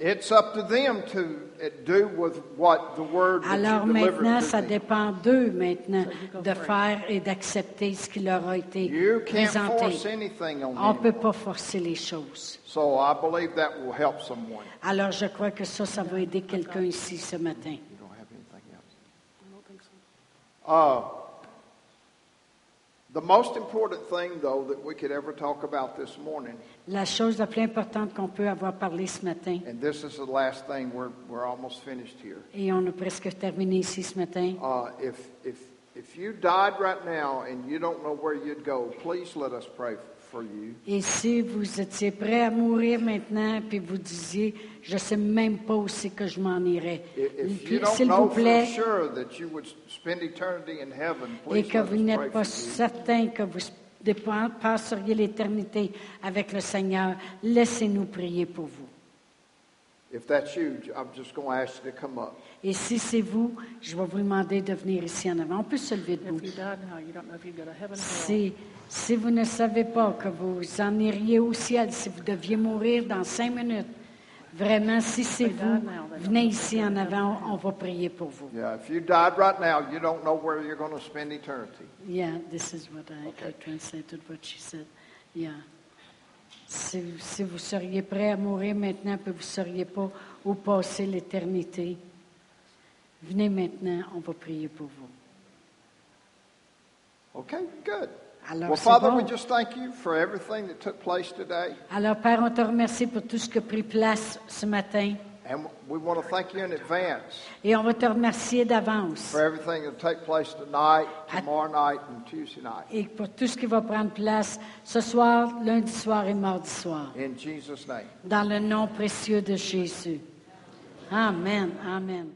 Speaker 2: It's up to them to uh, do with what the word that
Speaker 1: alors
Speaker 2: you
Speaker 1: maintenant,
Speaker 2: delivered
Speaker 1: ça
Speaker 2: to them.
Speaker 1: dépend d'eux maintenant de faire et d'accepter ce qui leur a été
Speaker 2: You can't force
Speaker 1: présenté.
Speaker 2: anything on
Speaker 1: On ne peut
Speaker 2: anyone.
Speaker 1: pas forcer les choses.
Speaker 2: So I believe that will help someone.
Speaker 1: Alors, je crois que ça, ça va aider quelqu'un ici ce matin.
Speaker 2: You don't have anything else. I don't think so. Uh, the most important thing, though, that we could ever talk about this morning,
Speaker 1: La chose la plus importante qu'on peut avoir parlé ce matin,
Speaker 2: and this is the last thing, we're, we're almost finished here.
Speaker 1: et on a presque terminé ici ce matin,
Speaker 2: Uh, if, if If you died right now and you don't know where you'd go, please let us pray for you.
Speaker 1: Et si vous étiez prêt à mourir maintenant, puis vous disiez, je ne sais même pas où c'est que je m'en irai,
Speaker 2: I- If
Speaker 1: Puis,
Speaker 2: you don't
Speaker 1: s'il vous
Speaker 2: know for
Speaker 1: plaît,
Speaker 2: sure that you would spend eternity in heaven,
Speaker 1: et
Speaker 2: please
Speaker 1: que
Speaker 2: let us
Speaker 1: vous n'êtes pas
Speaker 2: pray for you.
Speaker 1: certain que vous dépen- passeriez l'éternité avec le Seigneur, laissez-nous prier pour vous.
Speaker 2: If that's you, I'm just going to ask you to come up.
Speaker 1: Et si c'est vous, je vais vous demander de venir ici en avant. On peut se lever debout.
Speaker 3: If you die now, you don't know if you go to heaven or hell.
Speaker 1: Si, si vous ne savez pas que vous en iriez au ciel, si vous deviez mourir dans cinq minutes, vraiment, si c'est vous, venez ici en avant, on va prier pour vous.
Speaker 2: Yeah, if you died right now, you don't know where you're going to spend eternity.
Speaker 1: Yeah, this is what I, I
Speaker 2: Okay.
Speaker 1: translated what she said. Yeah. Si, si vous seriez prêt à mourir maintenant, puis vous ne seriez pas où passer l'éternité, venez maintenant, on va prier pour vous.
Speaker 2: Okay, good.
Speaker 1: Alors,
Speaker 2: well,
Speaker 1: c'est
Speaker 2: Father, we
Speaker 1: bon.
Speaker 2: just thank you for everything that took place today.
Speaker 1: Alors, Père, on te remercie pour tout ce qui a pris place ce matin.
Speaker 2: And we want to thank you in advance
Speaker 1: Et on va te remercier d'avance
Speaker 2: for everything that'll take place tonight, tomorrow night, and Tuesday night.
Speaker 1: et pour tout ce qui va prendre place ce soir, lundi soir et mardi soir.
Speaker 2: In Jesus' name.
Speaker 1: Dans le nom précieux de Jésus. Amen. Amen.